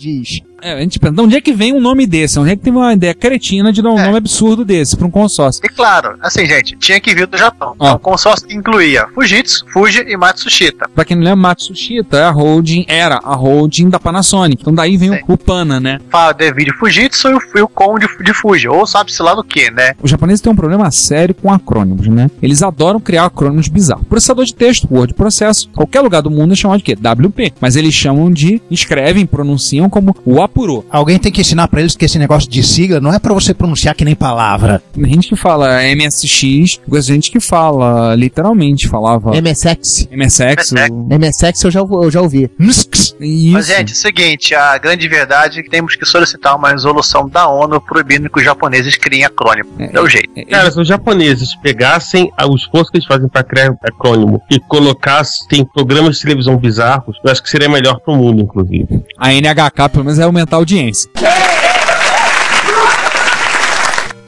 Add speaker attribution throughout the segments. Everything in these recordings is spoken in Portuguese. Speaker 1: diz.
Speaker 2: É, a gente pensa, de onde é que vem um nome desse? Onde é que tem uma ideia cretina de dar um
Speaker 3: É.
Speaker 2: nome absurdo desse pra um consórcio?
Speaker 3: E claro, assim, gente, tinha que vir do Japão.
Speaker 2: Ah.
Speaker 3: Então, o consórcio que incluía Fujitsu, Fuji e Matsushita.
Speaker 2: Pra quem não lembra, Matsushita é a holding, era a holding da Panasonic. Então daí vem o,
Speaker 3: Sim.
Speaker 2: o Pana, né?
Speaker 3: Fala Devir Fujitsu e o, e o Kon de, de Fuji, ou sabe-se lá do que, né?
Speaker 2: Os japoneses têm um problema sério com acrônimos, né? Eles adoram criar acrônimos bizarros. Processador de texto, Word Processo, qualquer lugar do mundo é chamado de quê? WP. Mas eles chamam de, escrevem, pronunciam como o apurô.
Speaker 4: alguém tem que ensinar pra eles que esse negócio de sigla não é pra você pronunciar que nem palavra.
Speaker 2: Tem gente que fala MSX, tem gente que fala, literalmente, falava
Speaker 1: MSX.
Speaker 2: MSX. o-
Speaker 1: MSX eu já, eu já ouvi.
Speaker 4: Msks.
Speaker 2: Isso.
Speaker 3: Mas, gente, é o seguinte, a grande verdade é que temos que solicitar uma resolução da ONU proibindo que os japoneses criem acrônimo. É, o jeito.
Speaker 5: Cara, se os japoneses pegassem a- o esforço que eles fazem pra criar acrônimo e colocassem programas de televisão bizarros, eu acho que seria melhor pro mundo, inclusive.
Speaker 2: A NHK, pelo menos, é aumentar a audiência.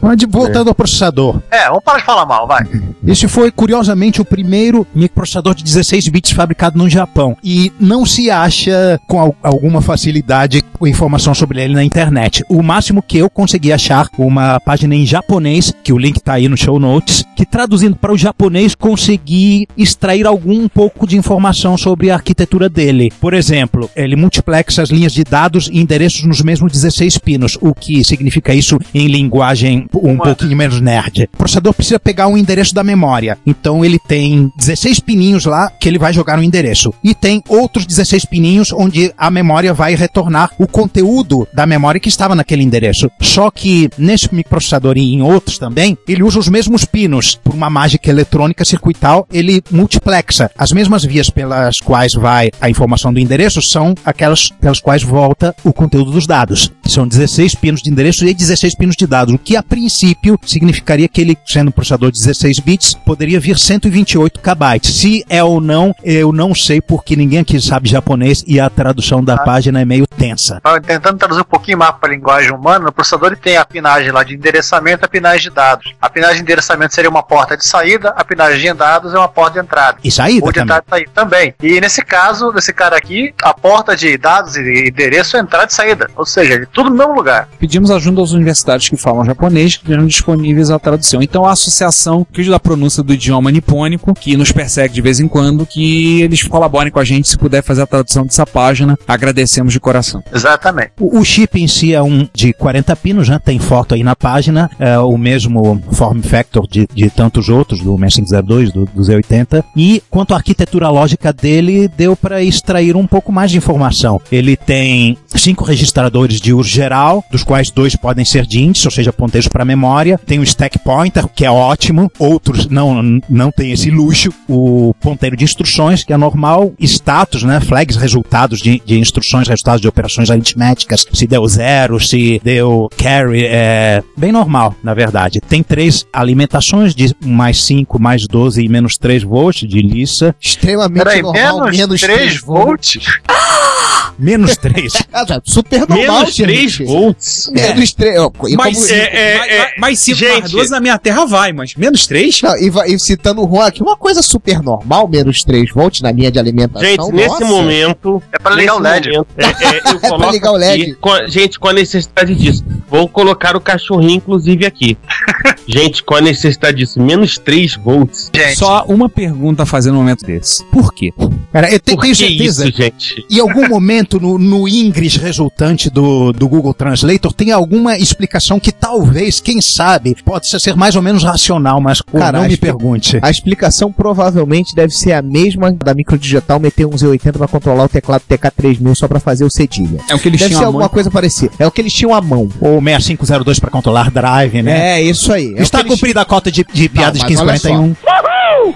Speaker 4: Mas de- voltando ao processador.
Speaker 3: É, vamos parar de falar mal, vai.
Speaker 2: Uhum.
Speaker 4: Esse foi, curiosamente, o primeiro microprocessador de 16 bits fabricado no Japão. E não se acha com al- alguma facilidade informação sobre ele na internet. O máximo que eu consegui achar, uma página em japonês, que o link tá aí no show notes, que traduzindo para o japonês, consegui extrair algum pouco de informação sobre a arquitetura dele. Por exemplo, ele multiplexa as linhas de dados e endereços nos mesmos 16 pinos, o que significa isso em linguagem um
Speaker 3: Uma-
Speaker 4: pouco pouquinho menos nerd. O processador precisa pegar um endereço da memória. Então ele tem 16 pininhos lá que ele vai jogar no endereço. E tem outros 16 pininhos onde a memória vai retornar o conteúdo da memória que estava naquele endereço. Só que nesse microprocessador e em outros também, ele usa os mesmos pinos. Por uma mágica eletrônica circuital, ele multiplexa. As mesmas vias pelas quais vai a informação do endereço são aquelas pelas quais volta o conteúdo dos dados. São 16 pinos de endereço e 16 pinos de dados, o que a princípio significaria que ele, sendo um processador de 16 bits, poderia vir 128 KB. Se é ou não, eu não sei porque ninguém aqui sabe japonês e a tradução da página é meio tensa.
Speaker 3: Tava Tentando traduzir um pouquinho mais para a linguagem humana, no processador ele tem a pinagem lá de endereçamento e a pinagem de dados. A pinagem de endereçamento seria uma porta de saída, a pinagem de dados é uma porta de entrada.
Speaker 4: E saída
Speaker 3: Ou de
Speaker 4: também.
Speaker 3: entrada e saída tá, também. E nesse caso, desse cara aqui, a porta de dados e endereço é entrada e saída. Ou seja, é tudo no mesmo lugar.
Speaker 2: Pedimos ajuda às universidades que falam japonês, que estejam disponíveis à tradução. Então, a associação que da pronúncia do idioma nipônico, que nos persegue de vez em quando, que eles colaborem com a gente se puder fazer a tradução dessa página. Agradecemos de coração.
Speaker 3: Exatamente.
Speaker 4: O, o chip em si é um de 40 pinos, né? tem foto aí na página, é o mesmo form factor de, de tantos outros, do Messenger 02, do, do Z80. E quanto à arquitetura lógica dele, deu para extrair um pouco mais de informação. Ele tem cinco registradores de uso geral, dos quais dois podem ser de índice, ou seja, ponteiros para memória. Tem o stack pointer, que é ótimo, outros não, não tem esse luxo. O ponteiro de instruções, que é normal, status, né? Flags, resultados de, de instruções, resultados de operações aritméticas, se deu zero, se deu carry, é bem normal, na verdade. Tem três alimentações de mais 5, mais 12 e menos 3 volts de liça,
Speaker 1: Extremamente
Speaker 3: Peraí,
Speaker 1: normal,
Speaker 3: menos,
Speaker 1: menos
Speaker 3: 3 volts?
Speaker 4: menos 3.
Speaker 1: Cara, Ah, tá super normal,
Speaker 5: Menos 3
Speaker 1: gente.
Speaker 5: volts? É.
Speaker 1: Menos 3.
Speaker 2: Mais cinco, mais- mais- mais cinco, mais
Speaker 5: gente.
Speaker 2: 12 na minha terra vai, mas menos 3?
Speaker 1: Não, e, va- e citando o Juan aqui, uma coisa super normal, menos 3 volts na linha de alimentação.
Speaker 5: Gente, nesse
Speaker 1: nossa.
Speaker 5: momento.
Speaker 3: É para ligar o
Speaker 5: nesse
Speaker 3: LED.
Speaker 5: momento, é, é, eu
Speaker 1: pra
Speaker 5: coloco
Speaker 1: ligar o
Speaker 5: aqui,
Speaker 1: LED.
Speaker 5: com a- gente, com a necessidade disso. Vou colocar o cachorrinho, inclusive, aqui. gente, com a necessidade disso. Menos 3 volts.
Speaker 3: Gente,
Speaker 2: Só uma pergunta a fazer no momento desse. Por quê?
Speaker 4: Cara, eu te-
Speaker 5: Por que
Speaker 4: tenho certeza
Speaker 5: isso, gente?
Speaker 4: Em algum momento, no, no Ingress resultante do, do Google Translator, tem alguma explicação que talvez, quem sabe, pode ser mais ou menos racional, mas pô,
Speaker 1: Cara,
Speaker 4: não
Speaker 1: acho
Speaker 4: me
Speaker 1: que-
Speaker 4: pergunte.
Speaker 1: A explicação provavelmente deve ser a mesma da microdigital meter um Z80 pra controlar o teclado TK3000 só pra fazer o cedilha.
Speaker 2: É o que eles
Speaker 1: Deve
Speaker 2: tinham
Speaker 1: ser
Speaker 2: à mão.
Speaker 1: alguma coisa parecida. É o que eles tinham à mão.
Speaker 4: Ou 6502 para controlar drive, né?
Speaker 1: É, isso aí. sei. É
Speaker 4: Está
Speaker 1: o que eles-
Speaker 4: cumprida a cota de, de piadas
Speaker 1: mas olha só.
Speaker 4: 1541.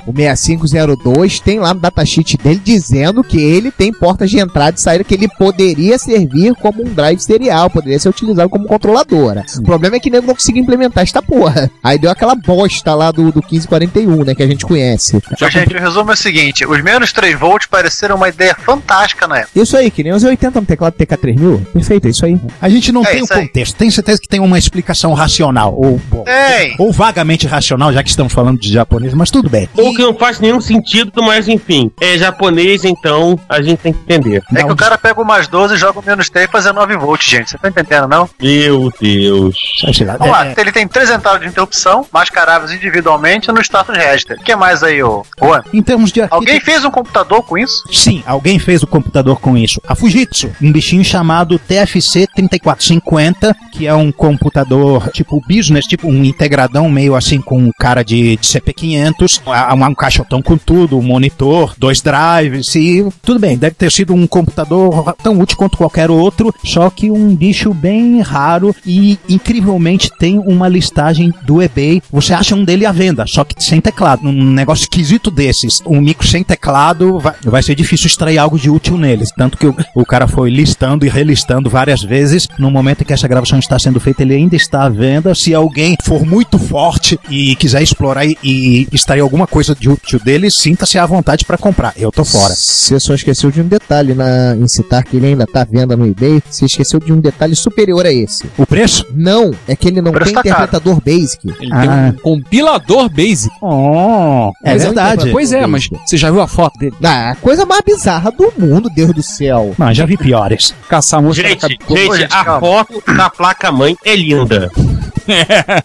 Speaker 1: O 6502 tem lá no datasheet dele dizendo que ele tem portas de entrada e saída que ele poderia servir como um drive serial, poderia ser utilizado como controladora. O problema é que nego não conseguiu implementar esta porra. Aí deu aquela bosta lá do, do 1541, né, que a gente conhece.
Speaker 3: Mas, gente, o resumo é o seguinte: os menos 3 volts pareceram uma ideia fantástica na época.
Speaker 1: Isso aí, que nem os 80 no teclado TK3000. Perfeito, é isso aí.
Speaker 4: A gente não
Speaker 3: É
Speaker 4: tem o
Speaker 3: isso aí.
Speaker 4: contexto. Tenho certeza que tem uma explicação racional. Ou, bom,
Speaker 3: Tem!
Speaker 4: ou vagamente racional, já que estamos falando de japonês, mas tudo bem.
Speaker 5: Ou que não faz nenhum sentido, mas enfim. É japonês, então a gente tem que entender.
Speaker 3: É que o cara pega o mais 12 e joga o menos 3 e faz 9 volts, gente. Você tá entendendo, não?
Speaker 5: Meu Deus.
Speaker 4: Sei lá,
Speaker 3: Vamos
Speaker 4: é-
Speaker 3: lá, ele tem 3 entradas de interrupção, mascaráveis individualmente no status register. O que mais aí, ô Juan?
Speaker 4: Em termos de arquitetura.
Speaker 3: Alguém fez um computador com isso?
Speaker 4: Sim, alguém fez o computador com isso. A Fujitsu, um bichinho chamado TFC 3450, que é um computador tipo business, tipo um integradão meio assim com um cara de, de CP500, a- um, um caixotão com tudo, um monitor, dois drives e tudo bem. Deve ter sido um computador tão útil quanto qualquer outro, só que um bicho bem raro e incrivelmente tem uma listagem do eBay. Você acha um dele à venda, só que sem teclado. Um negócio esquisito desses. Um micro sem teclado vai, vai ser difícil extrair algo de útil neles. Tanto que o, o cara foi listando e relistando várias vezes. No momento em que essa gravação está sendo feita, ele ainda está à venda. Se alguém for muito forte e quiser explorar e, e extrair alguma coisa de útil dele, sinta-se à vontade para comprar. Eu tô fora.
Speaker 1: Você só esqueceu de um detalhe na, em citar que ele ainda tá à venda no eBay. Você esqueceu de um detalhe superior a esse.
Speaker 4: O preço?
Speaker 1: Não, é que ele não
Speaker 3: Preço
Speaker 1: tem
Speaker 3: tá caro.
Speaker 1: interpretador basic.
Speaker 2: Ele tem um compilador basic.
Speaker 4: Oh,
Speaker 1: Mas
Speaker 4: é
Speaker 1: é um
Speaker 4: verdade.
Speaker 1: interpretador
Speaker 2: Pois é, mas
Speaker 1: basic.
Speaker 2: você já viu a foto dele?
Speaker 1: Ah, a coisa mais bizarra do mundo, Deus do céu.
Speaker 4: Não, já vi piores.
Speaker 2: Caçar a moça
Speaker 5: Gente,
Speaker 2: pela cabeça.
Speaker 5: gente,
Speaker 3: gente,
Speaker 5: a
Speaker 3: calma.
Speaker 5: foto da placa-mãe é linda.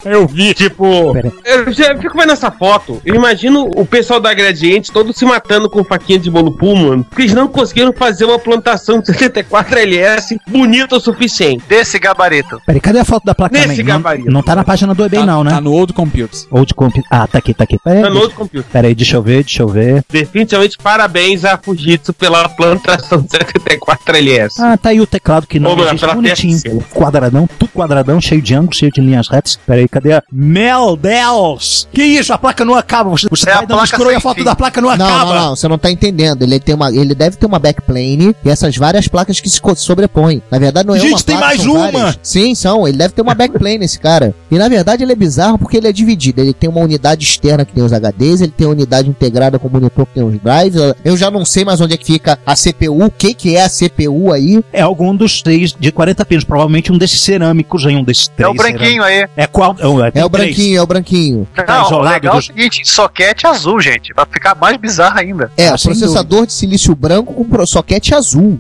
Speaker 2: Eu vi.
Speaker 5: Tipo,
Speaker 4: Pera.
Speaker 5: eu já fico vendo essa foto. Eu imagino o pessoal da Gradiente todo se matando com faquinha de bolo Pullman, porque eles não conseguiram fazer uma plantação de 74LS bonita o suficiente.
Speaker 3: Desse gabarito.
Speaker 4: Peraí, cadê a foto da placa
Speaker 5: Nesse
Speaker 4: mãe?
Speaker 5: gabarito.
Speaker 4: Não, não tá na página do eBay,
Speaker 2: tá,
Speaker 4: não, né?
Speaker 2: Tá no Old Computers.
Speaker 4: Old Comp. Ah, tá aqui, tá aqui. Peraí,
Speaker 5: Tá no
Speaker 4: deixa,
Speaker 5: outro computador.
Speaker 4: peraí, deixa eu ver, deixa eu ver.
Speaker 5: Definitivamente, parabéns a Fujitsu pela plantação de 74LS.
Speaker 4: Ah, tá aí o teclado que não
Speaker 5: Ô, meu,
Speaker 4: existe.
Speaker 5: pela
Speaker 4: Bonitinho.
Speaker 5: TFC.
Speaker 4: Quadradão, tudo quadradão, cheio de ângulo, cheio de linhas retas. Peraí, cadê a. Meu Deus! Que isso? A placa não acaba. Você, você
Speaker 3: É
Speaker 4: tá
Speaker 3: a
Speaker 4: aí dando
Speaker 3: placa
Speaker 4: escuro e a
Speaker 3: sem
Speaker 4: foto
Speaker 3: fim.
Speaker 4: da placa não,
Speaker 1: Não,
Speaker 4: acaba.
Speaker 1: não, não, você não tá entendendo. Ele, tem uma, ele deve ter uma backplane e essas várias placas que se co- sobrepõem. Na verdade, não é
Speaker 4: Gente,
Speaker 1: uma
Speaker 4: tem
Speaker 1: placa,
Speaker 4: mais
Speaker 1: são
Speaker 4: uma!
Speaker 1: várias. Sim, são. Ele deve ter uma backplane, esse cara. E na verdade, ele é bizarro porque ele é dividido. Ele tem uma unidade externa que tem os HDs, ele tem uma unidade integrada com o monitor que tem os drives. Eu já não sei mais onde é que fica a CPU, o que, que é a CPU aí.
Speaker 4: É algum dos três de 40 pinos. Provavelmente um desses cerâmicos aí, um desses três.
Speaker 3: é o branquinho aí.
Speaker 4: cerâmicos. É qual? É,
Speaker 1: É
Speaker 4: tem
Speaker 1: o
Speaker 4: três.
Speaker 1: branquinho, é o branquinho.
Speaker 4: Tá
Speaker 3: não, o
Speaker 4: isolado
Speaker 3: legal é o
Speaker 4: dos-
Speaker 3: seguinte, soquete azul, gente. Pra ficar mais bizarro ainda.
Speaker 1: É,
Speaker 4: Ah,
Speaker 1: o
Speaker 4: sem
Speaker 1: processador de silício branco com pro- soquete azul.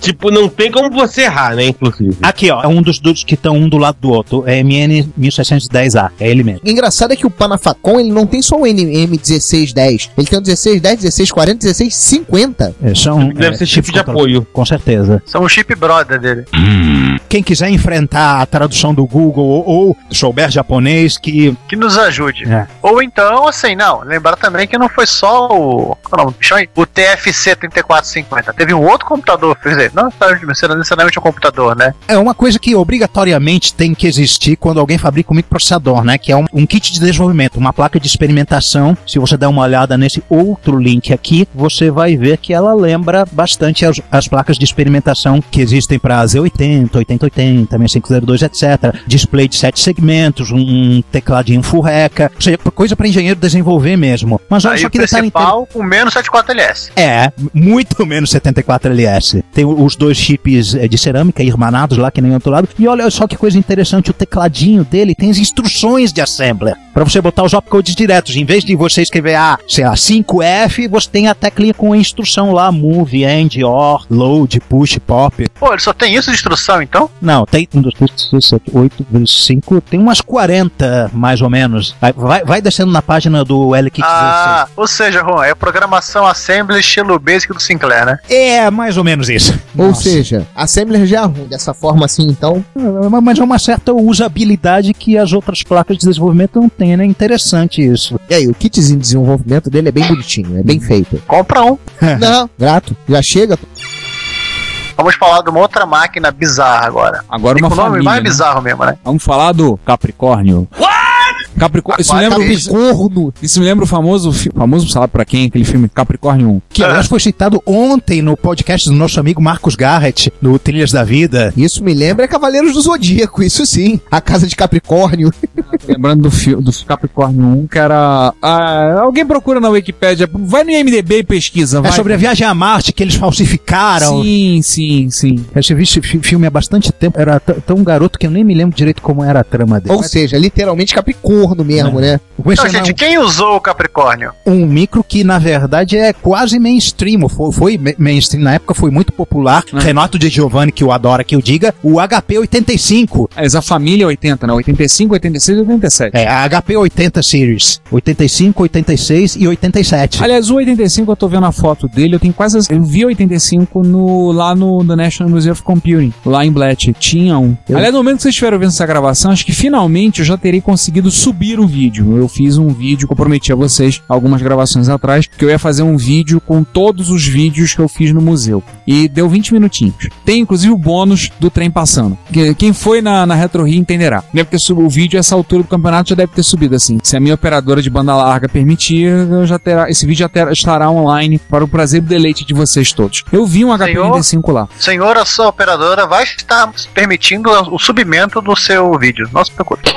Speaker 5: Tipo, não tem como você errar, né, inclusive.
Speaker 4: Aqui, ó. É um dos dutos que estão um do lado do outro. É MN1610A. É ele mesmo.
Speaker 1: Engraçado é que o Panafacon ele não tem só o NM1610, ele tem o 1610, 1640, 1650.
Speaker 4: É, são,
Speaker 5: Deve
Speaker 4: é,
Speaker 5: ser chip de
Speaker 4: control-
Speaker 5: apoio.
Speaker 4: Com certeza.
Speaker 3: São o chip brother dele.
Speaker 4: Quem quiser enfrentar a tradução do Google ou, ou souber japonês, que.
Speaker 3: Que nos ajude.
Speaker 4: É.
Speaker 3: Ou então, assim, não. Lembrar também que não foi só o. Qual é o nome do bichão aí? O TFC 3450. Teve um outro computador. Quer dizer, não tá necessariamente um computador, né?
Speaker 4: É uma coisa que obrigatoriamente tem que existir quando alguém fabrica um microprocessador, né? Que é um, um kit de desenvolvimento, uma placa de experimentação. Se você der uma olhada nesse outro link aqui, você vai ver que ela lembra bastante as, as placas de experimentação que existem para Z80, 8080, 6502, etc. Display de sete segmentos, um tecladinho furreca. Ou seja, coisa para engenheiro desenvolver mesmo. Mas olha
Speaker 3: aí
Speaker 4: só
Speaker 3: o
Speaker 4: que tá detalhe interessante.
Speaker 3: principal com menos 74LS.
Speaker 4: É, muito menos 74LS. Tem o- os dois chips eh, de cerâmica irmanados lá, que nem o outro lado. E olha só que coisa interessante, o tecladinho dele tem as instruções de assembler. Pra você botar os opcodes diretos. Em vez de você escrever, ah, sei lá, 5F, você tem a teclinha com a instrução lá, move, end, or, load, push, pop.
Speaker 3: Pô, ele só tem isso de instrução, então?
Speaker 4: Não, tem 1, 2, 3, 4, 7, 8, 5, tem umas 40, mais ou menos. Aí Vai, vai descendo na página do LKit 16.
Speaker 3: ah, ou seja, Juan, é programação assembly estilo basic do Sinclair, né?
Speaker 4: É, mais ou menos isso.
Speaker 1: Ou
Speaker 4: Nossa.
Speaker 1: seja, assembler já é ruim dessa forma assim, então.
Speaker 4: Ah, Mas é uma certa usabilidade que as outras placas de desenvolvimento não têm, né? Interessante isso.
Speaker 1: E aí, o kitzinho de desenvolvimento dele é bem bonitinho, é bem feito.
Speaker 3: Compra um.
Speaker 1: tá Não, grato, já chega.
Speaker 3: Vamos falar de uma outra máquina bizarra agora.
Speaker 2: Agora
Speaker 3: E
Speaker 2: uma
Speaker 3: com o nome
Speaker 2: família.
Speaker 3: mais
Speaker 2: né?
Speaker 3: bizarro mesmo, né?
Speaker 2: Vamos falar do Capricórnio. Capricórnio. Isso me
Speaker 1: um
Speaker 2: lembra,
Speaker 3: Aquaman.
Speaker 2: isso, isso me lembra o famoso, fi- famoso sei lá pra quem, aquele filme Capricórnio 1.
Speaker 1: É. Ah.
Speaker 4: Que aliás foi citado ontem no podcast do nosso amigo Marcos Garrett, no Trilhas da Vida.
Speaker 1: Isso me lembra Cavaleiros do Zodíaco, isso sim. A Casa de Capricórnio.
Speaker 2: Lembrando do, fi- do Capricórnio 1, que era. ah, alguém procura na Wikipédia, vai no IMDB e pesquisa. Vai.
Speaker 4: É sobre a viagem a Marte que eles falsificaram.
Speaker 2: Sim, sim, sim.
Speaker 4: Eu vi esse fi- filme há bastante tempo. Era t- tão garoto que eu nem me lembro direito como era a trama dele.
Speaker 1: Ou seja, literalmente Capricorno mesmo, né?
Speaker 4: Vou mencionar
Speaker 3: Então, gente,
Speaker 4: um-
Speaker 3: quem usou o Capricórnio?
Speaker 4: um micro que na verdade é quase mainstream, ou foi, foi ma- mainstream na época, foi muito popular.
Speaker 1: É.
Speaker 4: Renato de Giovanni, que o adora que eu diga, o HP 85.
Speaker 2: Mas a família é 80, né? 85, 86 e 87.
Speaker 4: É, a HP 80 Series. 85, 86 e 87.
Speaker 2: Aliás, o 85 eu tô vendo a foto dele, eu tenho quase. Eu vi 85 no, lá no The National Museum of Computing, lá em Blatt. Tinha um. Aliás, no momento que vocês estiveram vendo essa gravação, acho que finalmente eu já terei conseguido subir um vídeo. Eu fiz um vídeo que eu prometi a vocês algumas gravações atrás, que eu ia fazer um vídeo com todos os vídeos que eu fiz no museu. E deu 20 minutinhos. Tem inclusive o bônus do trem passando. Que- Quem foi na, na Retro Rio entenderá. Deve ter subido o vídeo, essa altura do campeonato já deve ter subido assim. Se a minha operadora de banda larga permitir, eu já terá, esse vídeo já terá- estará online para o prazer e deleite de vocês todos. Eu vi um HP 85 lá.
Speaker 3: Senhora, sua operadora vai estar permitindo o subimento do seu vídeo. Não se preocupe.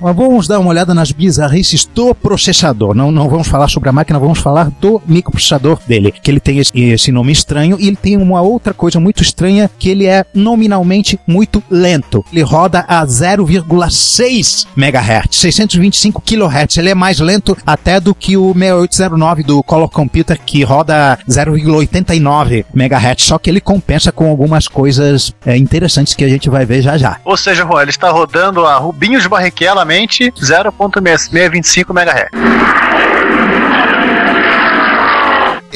Speaker 4: Mas vamos dar uma olhada nas bizarrices do processador. Não, não vamos falar sobre a máquina, vamos falar do microprocessador dele. Que ele tem esse, esse nome estranho e ele tem uma outra coisa muito estranha que ele é nominalmente muito lento. Ele roda a 0,6 MHz, 625 kHz. Ele é mais lento até do que o 6809 do Color Computer que roda 0,89 MHz. Só que ele compensa com algumas coisas é, interessantes que a gente vai ver já já.
Speaker 3: Ou seja, Juan, ele está rodando a Rubinhos Barrichello mente 0.625 MHz.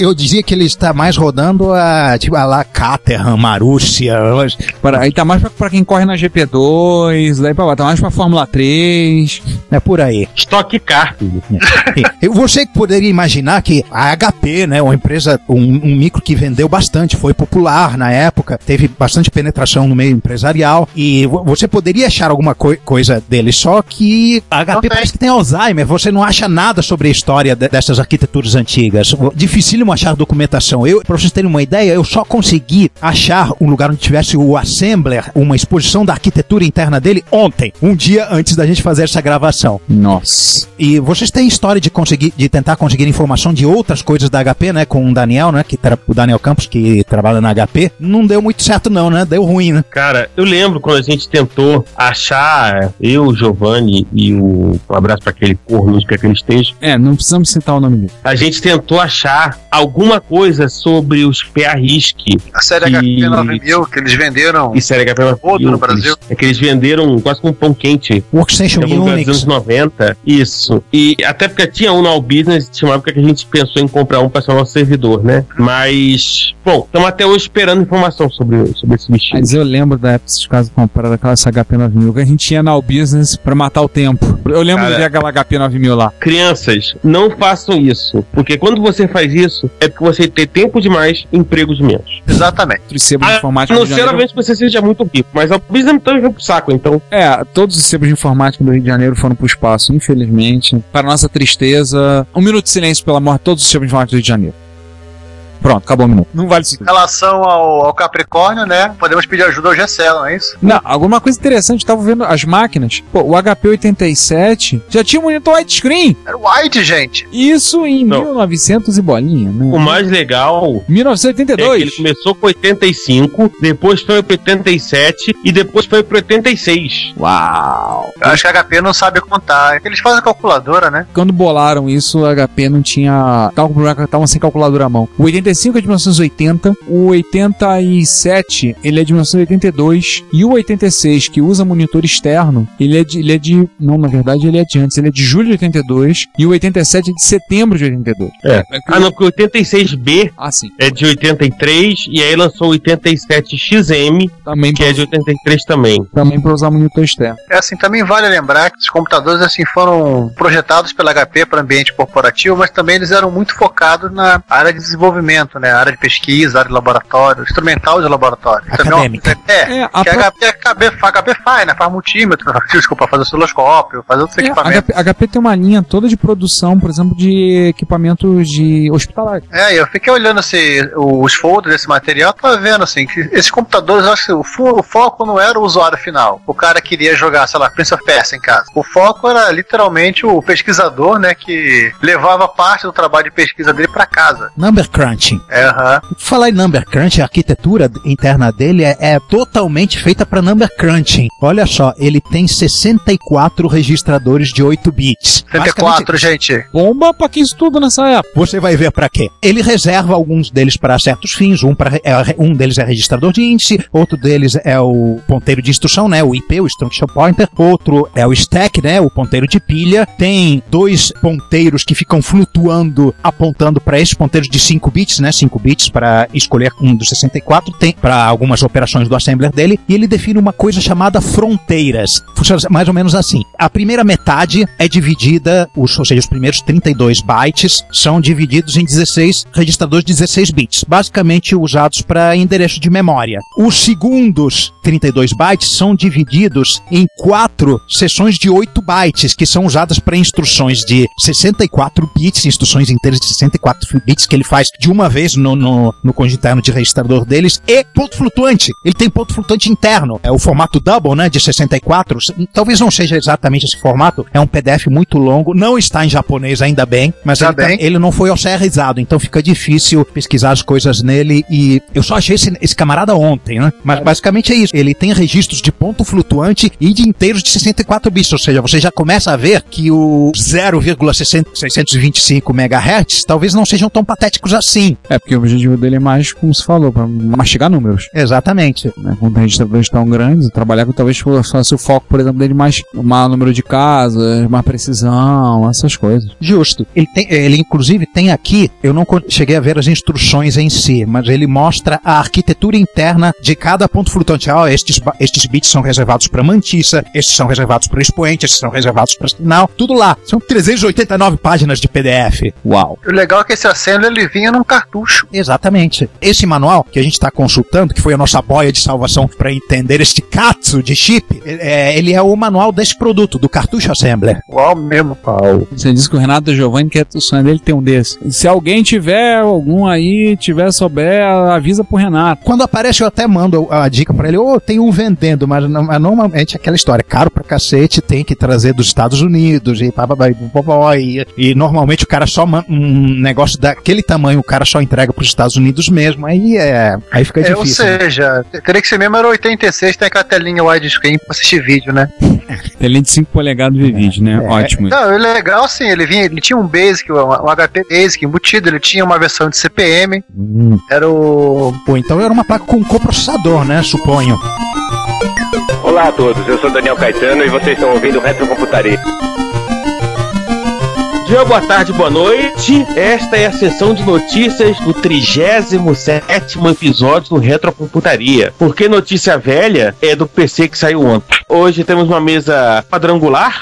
Speaker 4: Eu dizia que ele está mais rodando a, tipo, a lá Caterham, Marúcia. mas-
Speaker 2: Para, aí tá mais pra, pra quem corre na GP2, daí pra lá, tá mais pra Fórmula 3.
Speaker 4: É por aí.
Speaker 5: Stock Car, filho.
Speaker 4: E Você poderia imaginar que a HP, né, uma empresa, um, um micro que vendeu bastante, foi popular na época, teve bastante penetração no meio empresarial, e vo- você poderia achar alguma coi- coisa dele, só que a HP
Speaker 3: tem.
Speaker 4: parece que tem Alzheimer, você não acha nada sobre a história de- dessas arquiteturas antigas. Dificílimo achar documentação. Eu, pra vocês terem uma ideia, eu só consegui achar um lugar onde tivesse o Assembler, uma exposição da arquitetura interna dele, ontem, um dia antes da gente fazer essa gravação.
Speaker 2: Nossa.
Speaker 4: E vocês têm história de conseguir, de tentar conseguir informação de outras coisas da HP, né? Com o Daniel, né? Que tra- o Daniel Campos que trabalha na HP, não deu muito certo, não, né? Deu ruim, né?
Speaker 5: Cara, eu lembro quando a gente tentou achar, eu, o Giovanni e o. Um abraço pra aquele corno que é que ele esteja.
Speaker 2: É, não precisamos citar o nome dele.
Speaker 5: A gente tentou achar alguma coisa sobre os PA RISC
Speaker 3: A série
Speaker 5: E-
Speaker 3: HP 9000 que eles venderam.
Speaker 5: e série HP
Speaker 3: Outro no Brasil.
Speaker 5: É que eles venderam quase como um pão quente
Speaker 2: um
Speaker 4: Workstation
Speaker 5: Em algum lugar dos
Speaker 4: Unix.
Speaker 5: anos 90. Isso. E até porque tinha um na All Business, tinha uma época que a gente pensou em comprar um para ser o nosso servidor, né? Mas, bom, estamos até hoje esperando informação sobre, sobre esse bichinho.
Speaker 2: Mas eu lembro da época de casa comprada aquela HP9000, que a gente ia na All Business pra matar o tempo. Eu lembro
Speaker 5: Cara.
Speaker 2: de ver aquela HP9000 lá.
Speaker 5: Crianças, não façam isso. Porque quando você faz isso, é porque você tem tempo demais e emprego de menos.
Speaker 3: Exatamente.
Speaker 2: Outros sebos de
Speaker 5: Ah,
Speaker 2: informática. do
Speaker 5: Não
Speaker 2: Rio de Janeiro-
Speaker 5: seriamente que você seja muito rico, mas a All Business também vai pro saco, então.
Speaker 2: É, todos os sebos de informática do Rio de Janeiro foram pro espaço, infelizmente. Para nossa tristeza, um minuto de silêncio pela morte de todos os sebos de informática do Rio de Janeiro. Pronto, acabou o minuto. Não vale isso.
Speaker 3: Em relação ao, ao Capricórnio, né? Podemos pedir ajuda ao Gessel, não é isso?
Speaker 2: Não, alguma coisa interessante, eu tava vendo as máquinas. Pô, o HP87 já tinha um monitor widescreen.
Speaker 3: Era o White, gente.
Speaker 2: Isso em
Speaker 5: Não.
Speaker 2: 1900 e bolinha, né?
Speaker 5: O mais legal
Speaker 2: 1982.
Speaker 5: É que ele começou com 85, depois foi pro 87 e depois foi pro 86.
Speaker 2: Uau!
Speaker 3: Eu acho que a HP não sabe contar. É que Eles fazem calculadora, né?
Speaker 2: Quando bolaram isso, a HP não tinha. Tava com problema, tava sem calculadora à mão. O 85 é de 1980, o 87 ele é de 1982, e o 86, que usa monitor externo, ele é de. Ele é de não, na verdade ele é de antes, ele é de julho de 82, e o 87 é de setembro de 82.
Speaker 5: É. Ah, não, porque o 86B
Speaker 2: Ah, sim.
Speaker 5: é de 83 e aí lançou o 87XM,
Speaker 2: Também
Speaker 5: que
Speaker 2: pra,
Speaker 5: é de 83 também.
Speaker 2: também pra usar monitor externo.
Speaker 3: É assim, também vale lembrar que os computadores assim foram projetados pela HP para ambiente corporativo, mas também eles eram muito focados na área de desenvolvimento. desenvolvimento, né? Área de pesquisa, área de laboratório, instrumental de laboratório. Também é uma-
Speaker 4: Acadêmica.
Speaker 3: É,
Speaker 2: É,
Speaker 3: é
Speaker 2: a
Speaker 3: que a HP, HP, faz, né? Faz multímetro, desculpa, faz osciloscópio, faz outros
Speaker 2: É,
Speaker 3: equipamentos.
Speaker 2: HP, HP tem uma linha toda de produção, por exemplo, de equipamentos de hospitalar.
Speaker 3: É, eu fiquei olhando assim, os folders desse material, tava vendo assim, que esses computadores, eu acho que o, fo- o foco não era o usuário final. O cara queria jogar, sei lá, Prince of Persia em casa. O foco era literalmente o pesquisador, né, que levava parte do trabalho de pesquisa dele pra casa.
Speaker 4: Number crunching.
Speaker 3: É, aham.
Speaker 4: Falar em number crunching, a arquitetura interna dele é, é totalmente feita para number crunching. Olha só, ele tem 64 registradores de 8 bits.
Speaker 3: 34, gente.
Speaker 2: Bomba pra quem estuda nessa época.
Speaker 4: Você vai ver para quê? Ele reserva alguns deles para certos fins. Um, pra, é, um deles é registrador de índice, outro deles é o ponteiro de instrução, né? O IP, o Instruction Pointer. Outro é o stack, né? O ponteiro de pilha. Tem dois ponteiros que ficam flutuando, apontando para esses ponteiros de 5 bits, né? 5 bits para escolher um dos 64. Tem para algumas operações do assembler dele. E ele define uma coisa chamada fronteiras. Funciona mais ou menos assim. A primeira metade é dividida, os, ou seja, os primeiros 32 bytes são divididos em 16 registradores de 16 bits, basicamente usados para endereço de memória. Os segundos 32 bytes são divididos em quatro seções de 8 bytes, que são usadas para instruções de 64 bits, instruções inteiras de 64 bits que ele faz de uma vez no, no, no conjunto interno de registrador deles, e ponto flutuante. Ele tem ponto flutuante interno. É o formato double, né, de 64. Talvez não seja exatamente esse formato. É um PDF muito longo. Não está em japonês, ainda bem. Mas
Speaker 3: Tá
Speaker 4: ele, tá-
Speaker 3: bem.
Speaker 4: ele não foi OCRizado, então fica difícil pesquisar as coisas nele. E eu só achei esse, esse camarada ontem, né? Mas basicamente é isso. Ele tem registros de ponto flutuante e de inteiros de 64 bits. Ou seja, você já começa a ver que o 0,625 MHz talvez não sejam tão patéticos assim.
Speaker 2: É, porque o objetivo dele é mais, como se falou, pra mastigar números.
Speaker 4: Exatamente.
Speaker 2: Né? Com registradores tão grandes, trabalhar com talvez fosse o foco, por exemplo, dele mais um maior número de casas, mais precisão, essas coisas.
Speaker 4: Justo. Ele, tem, ele inclusive tem aqui, eu não con- cheguei a ver as instruções em si, mas ele mostra a arquitetura interna de cada ponto flutuante. Ah, estes, ba- estes bits são reservados para mantissa, estes são reservados para expoente, estes são reservados para sinal, tudo lá. São 389 páginas de PDF. Uau.
Speaker 3: O legal é que esse assembly ele vinha num cartucho.
Speaker 4: Exatamente. Esse manual que a gente está consultando, que foi a nossa boia de salvação para entender este katsu de chip, é- ele é o manual desse produto, do cartucho assembler.
Speaker 3: Uau, mesmo.
Speaker 2: Você disse que o Renato Giovanni quer o sonho dele ter um desse. Se alguém tiver algum aí, tiver, souber, avisa pro Renato.
Speaker 4: Quando aparece, eu até mando a dica pra ele. Ô, tem um vendendo, mas não- mas normalmente é aquela história. Caro pra cacete, tem que trazer dos Estados Unidos e pá, pá, pá, e pó, pó, e, e normalmente o cara só manda um negócio daquele tamanho, o cara só entrega pros Estados Unidos mesmo. Aí é. Aí fica
Speaker 3: É, ou
Speaker 4: difícil. né?
Speaker 3: seja, teria que ser mesmo era 86, tem aquela telinha widescreen pra assistir vídeo, né?
Speaker 2: Ele é de 5 polegadas de vídeo, né?
Speaker 6: É.
Speaker 2: Ótimo.
Speaker 3: Não, o legal assim, ele vinha, ele tinha um Basic, um, um HP Basic embutido, ele tinha uma versão de CPM, era o.
Speaker 4: Pô, então era uma placa com coprocessador, né? Suponho.
Speaker 7: Olá a todos, eu sou Daniel Caetano e vocês estão ouvindo Retrocomputaria.
Speaker 5: Dia, boa tarde, boa noite. Esta é a sessão de notícias do 37 episódio do Retrocomputaria. Porque notícia velha é do PC que saiu ontem. Hoje temos uma mesa quadrangular.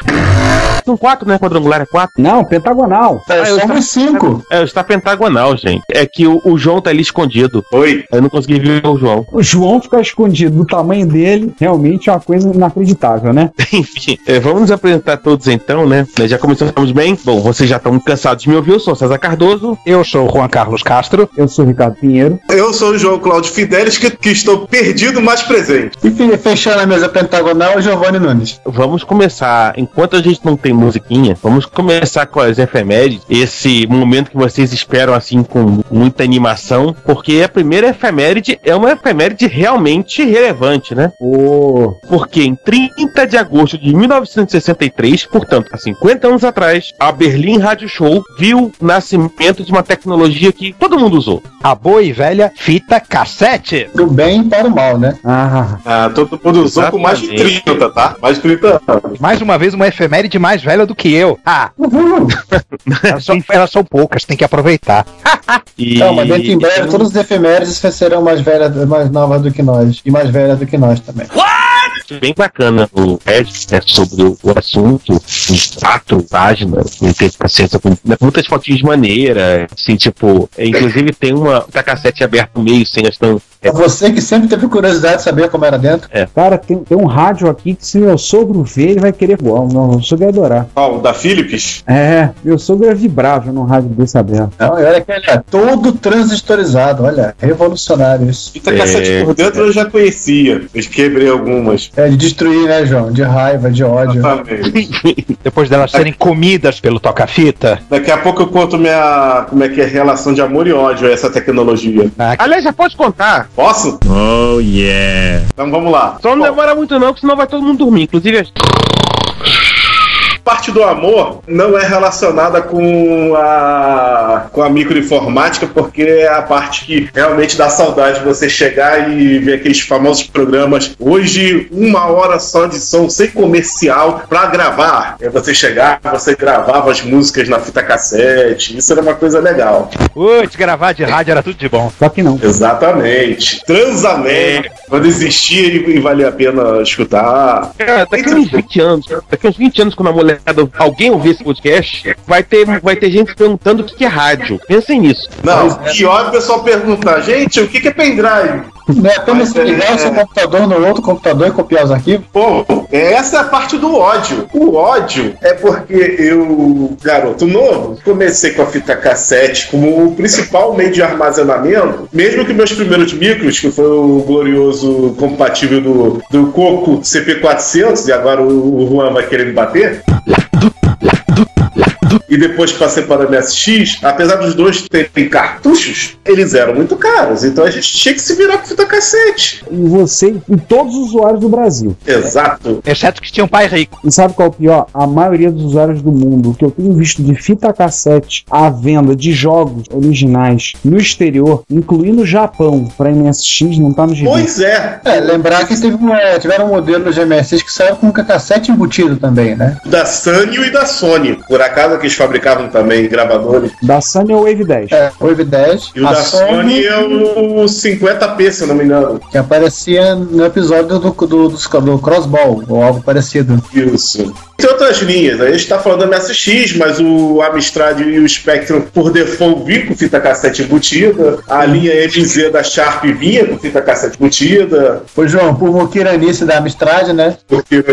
Speaker 5: São quatro, né? Quadrangular é quatro.
Speaker 6: Não, pentagonal.
Speaker 5: É, está,
Speaker 6: cinco.
Speaker 5: é, está pentagonal, gente. É que o, o João tá ali escondido.
Speaker 7: Oi.
Speaker 5: Eu não consegui ver o João.
Speaker 6: O João ficar escondido do tamanho dele realmente é uma coisa inacreditável, né?
Speaker 5: Enfim, é, vamos nos apresentar todos então, né? Nós Já começamos bem? Bom, vocês já estão cansados de me ouvir. Eu sou César Cardoso.
Speaker 6: Eu sou o Juan Carlos Castro. Eu sou o Ricardo Pinheiro.
Speaker 8: Eu sou o João Cláudio Fidelis, que, que estou perdido, mas presente. E fechando a mesa pentagonal, Giovanni Nunes.
Speaker 5: Vamos começar, enquanto a gente não tem musiquinha, vamos começar com as efemérides, esse momento que vocês esperam assim com muita animação, porque a primeira efeméride é uma efeméride realmente relevante, né? Porque em 30 de agosto de 1963, portanto, há 50 anos atrás, a Berlim Radio Show viu o nascimento de uma tecnologia que todo mundo usou.
Speaker 1: A boa e velha fita cassete.
Speaker 8: Do bem para o mal, né?
Speaker 6: Ah,
Speaker 8: Ah, todo mundo usou com mais de
Speaker 5: Exatamente.
Speaker 8: 30, tá? Mais de 30 anos.
Speaker 1: Mais uma vez, uma efeméride mais velha do que eu. Ah, elas são, elas são poucas, tem que aproveitar.
Speaker 5: E...
Speaker 8: Não, mas dentro em breve, todos os efemérides serão mais velhas, mais novas do que nós. E mais velhas do que nós também.
Speaker 5: texto bem bacana o Ed, né, sobre o o assunto, uns quatro páginas, um texto pra ciência com muitas fotinhas de maneira, assim, tipo, é, inclusive tem uma tá cassete aberto no meio, sem as tam-
Speaker 1: É você que sempre teve curiosidade de saber como era dentro.
Speaker 2: Cara, tem, tem um rádio aqui que se meu sogro ver, ele vai querer voar. Meu sogro ia adorar.
Speaker 1: Qual? Da Philips?
Speaker 2: É, meu sogro é vibrável num rádio desse aberto.
Speaker 1: Não, e olha que ele é todo transistorizado, olha, revolucionário isso.
Speaker 9: Fita cassete por dentro eu já conhecia. Eu quebrei algumas.
Speaker 1: É, de destruir, né, João? De raiva, de ódio.
Speaker 4: Depois delas serem comidas pelo toca-fita.
Speaker 9: Daqui a pouco eu conto minha. como é que é a relação de amor e ódio a essa tecnologia.
Speaker 5: Aliás, já pode contar.
Speaker 9: Posso?
Speaker 5: Oh yeah.
Speaker 9: Então vamos lá.
Speaker 5: Só não demora muito não, que senão vai todo mundo dormir, inclusive as...
Speaker 9: Parte do amor não é relacionada com a com a microinformática, porque é a parte que realmente dá saudade você chegar e ver aqueles famosos programas. Hoje, uma hora só de som sem comercial pra gravar. É você chegar, você gravava as músicas na fita cassete. Isso era uma coisa legal.
Speaker 4: Putz, gravar de rádio era tudo de bom.
Speaker 2: Só que não.
Speaker 9: Exatamente. Transamérica.
Speaker 5: É.
Speaker 9: Quando existia e, e valia a pena escutar.
Speaker 5: Cara, daqui uns 20 anos, daqui uns 20 anos, quando a molecada, alguém ouvir esse podcast, vai ter, vai ter gente perguntando o que que é rádio. Pensem nisso.
Speaker 9: Não, pior é o pessoal perguntar, gente, o que que é pendrive?
Speaker 1: Não é apenas
Speaker 9: Mas,
Speaker 1: ligar o seu
Speaker 9: é-
Speaker 1: computador no outro computador e copiar os arquivos?
Speaker 9: Pô, essa é a parte do ódio. O ódio é porque eu, garoto novo, comecei com a fita cassete como o principal meio de armazenamento, mesmo que meus primeiros micros, que foi o glorioso compatível do, do Coco CP400, e agora o, o Juan vai querer me bater. E depois que passei para o MSX, apesar dos dois terem cartuchos, eles eram muito caros. Então a gente tinha que se virar com fita cassete.
Speaker 2: E você e todos os usuários do Brasil.
Speaker 9: Exato.
Speaker 4: Exceto que tinha um pai rico.
Speaker 2: E sabe qual é o pior? A maioria dos usuários do mundo que eu tenho visto de fita cassete à venda de jogos originais no exterior, incluindo o Japão, pra MSX, não tá no gibi.
Speaker 9: Pois é.
Speaker 1: É, lembrar que teve um, é, tiveram um modelo de MSX que saiu com um cassete embutido também, né?
Speaker 9: da Sanyo e da Sony. Por acaso que eles fabricavam também gravadores.
Speaker 2: Da Sunny é o Wave 10.
Speaker 1: É, Wave 10.
Speaker 9: E o
Speaker 1: a
Speaker 9: da Sony é o 50p, se eu não me engano.
Speaker 1: Que aparecia no episódio do, do, do, do Crossball, ou algo parecido.
Speaker 9: Isso. Tem outras linhas, a gente tá falando da MSX, mas o Amstrad e o Spectrum por default vinham com fita cassete embutida, a linha MZ da Sharp vinha com fita cassete embutida,
Speaker 1: Ô, João, por um moquiranice da Amstrad, né?
Speaker 9: porque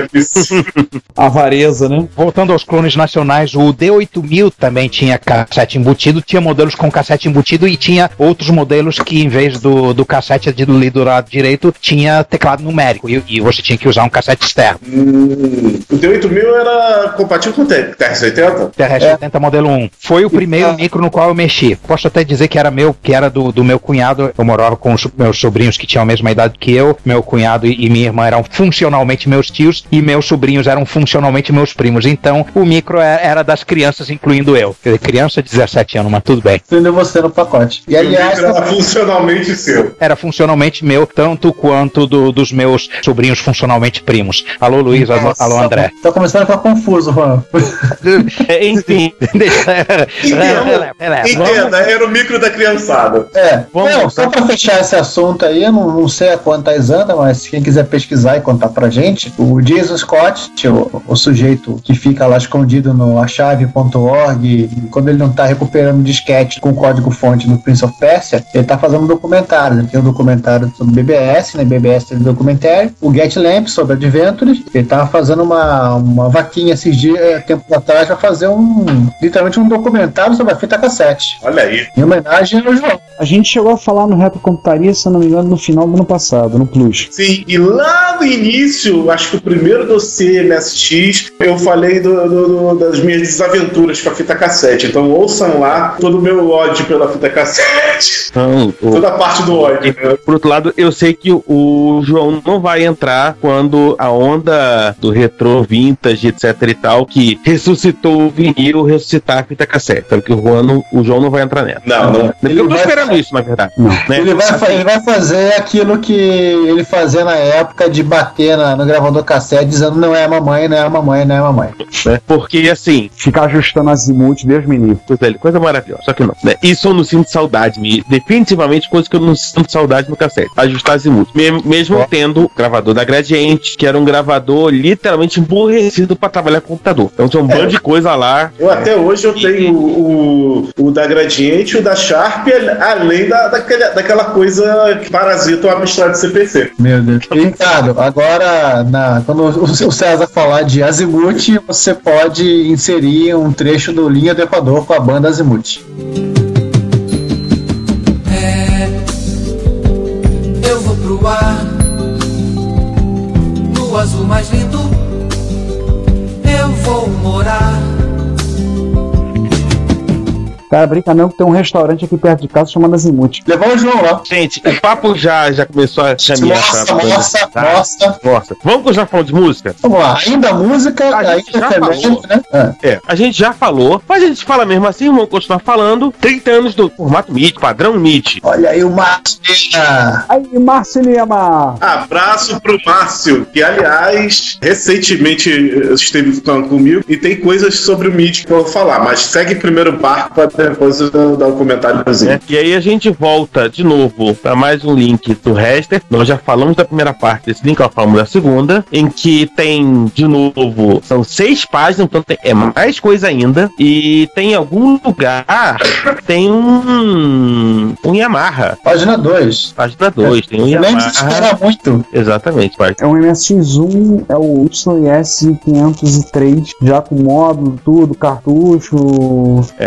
Speaker 2: Avareza, né?
Speaker 4: Voltando aos clones nacionais, o D8000 também tinha cassete embutido, tinha modelos com cassete embutido e tinha outros modelos que, em vez do, do cassete de- ali do lado direito, tinha teclado numérico e, e você tinha que usar um cassete externo.
Speaker 9: Hum, o D8000 era compatível com o TRS-80?
Speaker 4: TRS 80 modelo 1. Foi o primeiro micro no qual eu mexi. Posso até dizer que era meu, que era do, do meu cunhado. Eu morava com os so- meus sobrinhos que tinham a mesma idade que eu. Meu cunhado e, e minha irmã eram funcionalmente meus tios e meus sobrinhos eram funcionalmente meus primos. Então, o micro é- era, das crianças, incluindo eu. Quer dizer, criança de 17 anos, mas tudo bem.
Speaker 1: Entendeu você no pacote. E aliás,
Speaker 9: era funcionalmente seu.
Speaker 4: Era funcionalmente meu, tanto quanto do- dos meus sobrinhos funcionalmente primos. Alô, Luiz. Alô, alô, André.
Speaker 1: Tá começando a ficar confuso, Juan.
Speaker 5: É, Enfim.
Speaker 9: Entenda, entenda, era o micro da criançada.
Speaker 1: É, não, só pra fechar esse assunto aí, eu não, não sei a quantas anda, mas quem quiser pesquisar e contar pra gente, o Jason Scott, é o, o sujeito que fica lá escondido no achave.org, quando ele não tá recuperando disquete com código-fonte do Prince of Persia, ele tá fazendo um documentário. Ele tem um documentário sobre BBS, né? BBS tem um documentário, o Get Lamp sobre Adventures, ele tava fazendo uma, uma vaquinha esses dias, eh, tempo atrás, pra fazer um, literalmente um documentário sobre a fita cassete.
Speaker 9: Olha aí.
Speaker 1: Em homenagem ao João.
Speaker 2: A gente chegou a falar no Reto Computaria, se eu não me engano, no final do ano passado, no Plus.
Speaker 9: Sim, e lá no início, acho que o primeiro dossiê MSX, eu falei do- do- do- das minhas desaventuras com a fita cassete. Então ouçam lá todo o meu ódio pela fita cassete.
Speaker 5: Então, o-
Speaker 9: Toda a parte do ódio. né?
Speaker 5: Por outro lado, eu sei que o João não vai entrar quando a onda do retrô vintage, etc e tal, que ressuscitou o vinil, ressuscitar a fita cassete. Sabe que o, Juan não- o João não vai entrar nela.
Speaker 9: Não, não.
Speaker 5: Eu tô esperando isso, na verdade. né?
Speaker 1: Ele vai, fa- ele vai fazer aquilo que ele fazia na época de bater na- no gravador cassete dizendo não é a mamãe, não é a mamãe, não é a mamãe.
Speaker 5: né? Porque assim,
Speaker 2: Ficar ajustando azimuth, Deus me livre.
Speaker 5: Coisa, coisa maravilhosa, só que não. Né? Isso eu não sinto saudade, me, definitivamente coisa que eu não sinto saudade no cassete. Ajustar azimuth. Me- mesmo tendo o gravador da Gradiente, que era um gravador literalmente emburrecido pra trabalhar com computador. Então tinha um
Speaker 9: É.
Speaker 5: bando de coisa lá.
Speaker 9: Eu até hoje eu tenho o, o da Gradiente, o da Sharp, além da, daquela, daquela coisa que parasita o abstrato CPC.
Speaker 1: Meu Deus. Ricardo, agora, na- quando o, o César falar de Azimuth, você pode inserir um trecho do Linha do Equador com a banda Azimuth.
Speaker 8: Eu vou pro ar No azul mais lindo Eu vou morar
Speaker 2: Cara, brinca não que tem um restaurante aqui perto de casa chamado Azimuth.
Speaker 1: Levar o João lá.
Speaker 5: Gente, o papo já, já começou a caminhar
Speaker 1: Nossa,
Speaker 5: pra banda.
Speaker 1: nossa,
Speaker 5: Tá?
Speaker 1: nossa.
Speaker 5: Nossa. Vamos continuar falando de música?
Speaker 1: Vamos lá, ainda música,
Speaker 5: A gente
Speaker 1: ainda
Speaker 5: já
Speaker 1: efeméride,
Speaker 5: falou.
Speaker 1: né? É.
Speaker 5: É, a gente já falou, mas a gente fala mesmo assim, vamos continuar falando. 30 anos do formato MIT, padrão MIT.
Speaker 1: Olha aí o Márcio. Ah,
Speaker 2: Aí, Márcio Lima!
Speaker 9: Abraço pro Márcio, que aliás, recentemente eh, esteve falando comigo e tem coisas sobre o MIDI que eu vou falar, mas segue primeiro o barco pra depois eu dar um comentáriozinho.
Speaker 5: né? E aí a gente volta de novo para mais um link do Rester. Nós já falamos da primeira parte desse link, ó, falamos da segunda, em que tem de novo, são seis páginas, então tem- é mais coisa ainda. E tem em algum lugar, tem um, um Yamaha.
Speaker 1: Página 2.
Speaker 5: Página 2, tem um
Speaker 1: Nem
Speaker 5: Yamaha.
Speaker 1: desespera É muito.
Speaker 5: Exatamente, pai.
Speaker 2: É um MSX1, é o YS503, já com módulo, tudo, cartucho.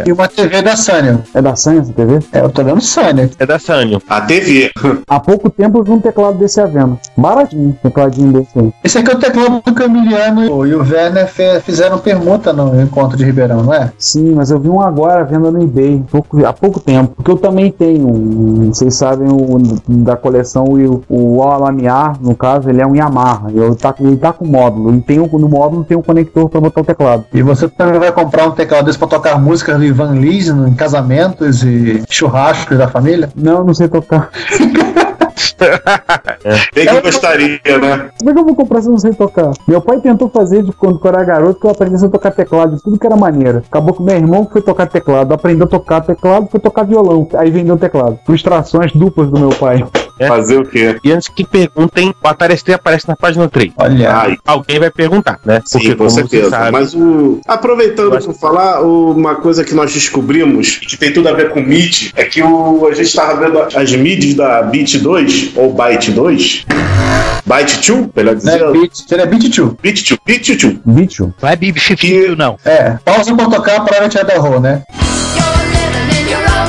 Speaker 1: E uma TV da Sanyo.
Speaker 2: É da Sanyo essa TV?
Speaker 1: É, eu tô vendo Sanyo.
Speaker 5: É da Sanyo.
Speaker 9: A TV.
Speaker 2: Há pouco tempo eu vi um teclado desse à venda. Baratinho, um tecladinho desse aí.
Speaker 1: Esse aqui é o teclado do Camiliano e o Werner fe- fizeram permuta no encontro de Ribeirão, não é?
Speaker 2: Sim, mas eu vi um agora à venda no eBay, pouco- há pouco tempo. Porque eu também tenho, um- vocês sabem, o, da coleção, o, o Alamiar, no caso, ele é um Yamaha. Eu, tá, ele tá com módulo. E tem um, no módulo tem um conector para botar o teclado.
Speaker 1: E você também vai comprar um teclado desse pra tocar músicas do Ivan Lins em casamentos e churrascos da família?
Speaker 2: Não, não sei tocar.
Speaker 9: Bem que gostaria, né?
Speaker 2: Como é que eu vou comprar se eu não sei tocar? Meu pai tentou fazer de quando eu era garoto que eu aprendesse a tocar teclado, de tudo que era maneira. Acabou que meu irmão que foi tocar teclado, aprendeu a tocar teclado, foi tocar violão. Aí vendeu teclado. Frustrações duplas do meu pai.
Speaker 9: Fazer o quê?
Speaker 5: E antes que perguntem, o Atari ST aparece na página 3.
Speaker 1: Olha.
Speaker 9: Ai.
Speaker 5: Alguém vai perguntar, né?
Speaker 9: Sim, com certeza. Mas o. Aproveitando para falar, uma coisa que nós descobrimos, que tem tudo a ver com MIDI, é que o, a gente estava vendo as MIDIs da Bit 2, ou Byte 2. Byte 2, melhor dizer.
Speaker 1: Não é beat, seria beat 2.
Speaker 9: Bit 2, Bit 2.
Speaker 2: Vídeo?
Speaker 10: Não é Bibi Chifinho, não.
Speaker 1: É, pausa pra tocar pra hora de dar roll, né?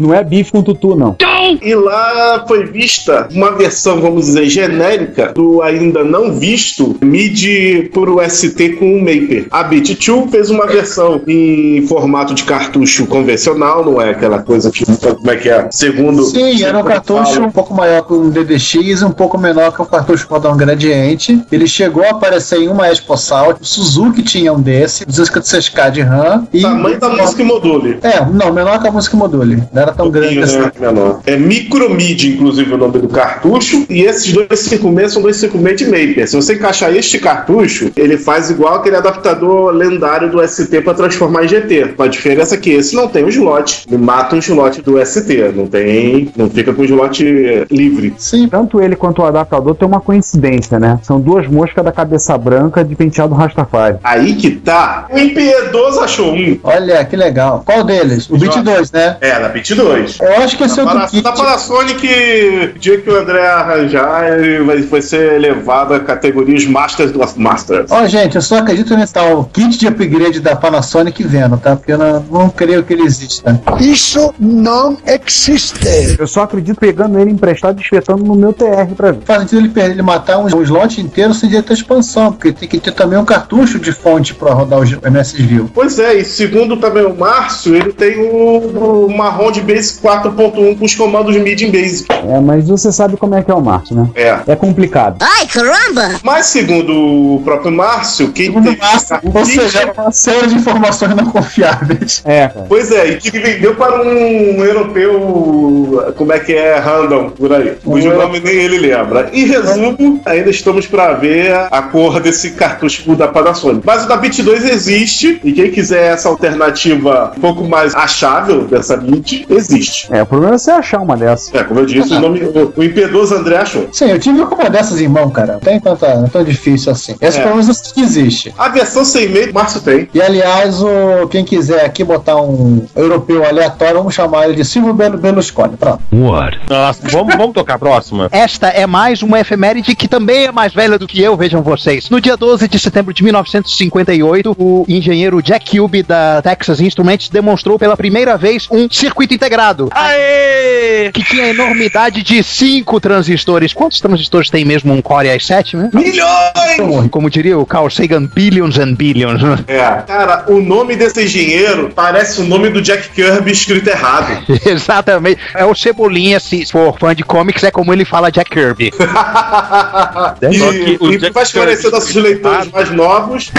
Speaker 2: Não é bife com tutu, não.
Speaker 9: E lá foi vista uma versão, vamos dizer, genérica do ainda não visto MIDI por UST com o Maper. A Bit2 fez uma versão em formato de cartucho convencional, não é aquela coisa que como é que é? Segundo
Speaker 1: Sim, era um
Speaker 9: segundo
Speaker 1: cartucho
Speaker 9: fala.
Speaker 1: um pouco maior que um DDX, um pouco menor que um cartucho padrão gradiente. Ele chegou a aparecer em uma Expo Salt, o Suzuki tinha um desse, 256K de RAM. E
Speaker 9: Tamanho da música e module.
Speaker 1: É, não, menor que a música module. Não era tão grande
Speaker 9: Pouquinho,
Speaker 1: assim.
Speaker 9: né? Menor. É micromid, inclusive, o nome do cartucho. E esses 256 são 256 de Maper. Se você encaixar este cartucho, ele faz igual aquele adaptador lendário do ST para transformar em GT. Com a diferença é que esse não tem um slot. Ele mata um slot do ST. Não tem. Não fica com o slot eh, livre.
Speaker 1: Sim,
Speaker 2: Tanto ele quanto o adaptador tem uma coincidência, né? São duas moscas da cabeça branca de penteado Rastafari.
Speaker 9: Aí que tá. O impiedoso achou um.
Speaker 1: olha que legal. Qual deles? O Beat 2, né?
Speaker 9: É, da Bit 2.
Speaker 1: Eu acho que esse é o
Speaker 9: Para,
Speaker 1: do Kit.
Speaker 9: da Panasonic, o dia que o André arranjar, ele vai, vai ser elevado à categoria os Masters do Masters.
Speaker 1: Ó, gente, eu só acredito nesse tal kit de upgrade da Panasonic vendo, tá? Porque eu não, não creio que ele exista.
Speaker 11: Isso não existe.
Speaker 2: Eu só acredito pegando ele emprestado e espetando no meu TR pra ver.
Speaker 1: Faz sentido ele, perder, ele matar um, um slot inteiro sem direito à expansão, porque tem que ter também um cartucho de fonte pra rodar o MS View.
Speaker 9: Pois é, e segundo também o Márcio, ele tem o, o marrom de base 4.1 com os comandos MIDI em Basic.
Speaker 2: É, mas você sabe como é que é o Marte, né?
Speaker 9: É.
Speaker 2: É complicado.
Speaker 9: Ai, caramba! Mas segundo o próprio Márcio, quem teve
Speaker 1: Ou seja, é uma série de informações não confiáveis.
Speaker 2: É, cara.
Speaker 9: Pois é, e que vendeu para um europeu, como é que é, random, por aí. Cujo
Speaker 1: Um
Speaker 9: nome nem ele lembra. Em resumo, ainda estamos para ver a- a cor desse cartucho da Panasonic. Mas o da Bit 2 existe, e quem quiser essa alternativa um pouco mais achável dessa Bit, existe.
Speaker 2: É, o problema é você achar uma dessas.
Speaker 9: É, como eu disse, o, nome, o, o impiedoso André achou.
Speaker 1: Sim, eu tive uma dessas em mão, cara. Não tem tanta. Não é tão difícil assim. Essa
Speaker 9: É.
Speaker 1: pelo menos eu sei que existe.
Speaker 9: A versão sem meio, Márcio tem.
Speaker 1: E aliás, o, quem quiser aqui botar um europeu aleatório, vamos chamar ele de Silvio Belo Berlusconi. Pronto.
Speaker 5: What? Nossa, vamos, vamos tocar a próxima?
Speaker 4: Esta é mais uma efeméride que também é mais velha do que eu, vejam vocês. No dia 12 de setembro de 1958, o engenheiro Jack Cube da Texas Instruments demonstrou pela primeira vez um circuito integrado. Aê! Que tinha a enormidade de 5 transistores. Quantos transistores tem mesmo um Core i7, né?
Speaker 9: Milhões!
Speaker 4: Como diria o Carl Sagan, billions and billions, né?
Speaker 9: É. Cara, o nome desse engenheiro parece o nome do Jack Kirby escrito errado.
Speaker 4: Exatamente. É o Cebolinha, se for fã de comics, é como ele fala Jack Kirby.
Speaker 5: Só
Speaker 9: e
Speaker 5: que o
Speaker 9: e
Speaker 5: Jack
Speaker 9: vai esclarecer
Speaker 5: Kirby
Speaker 9: nossos leitores mais novos.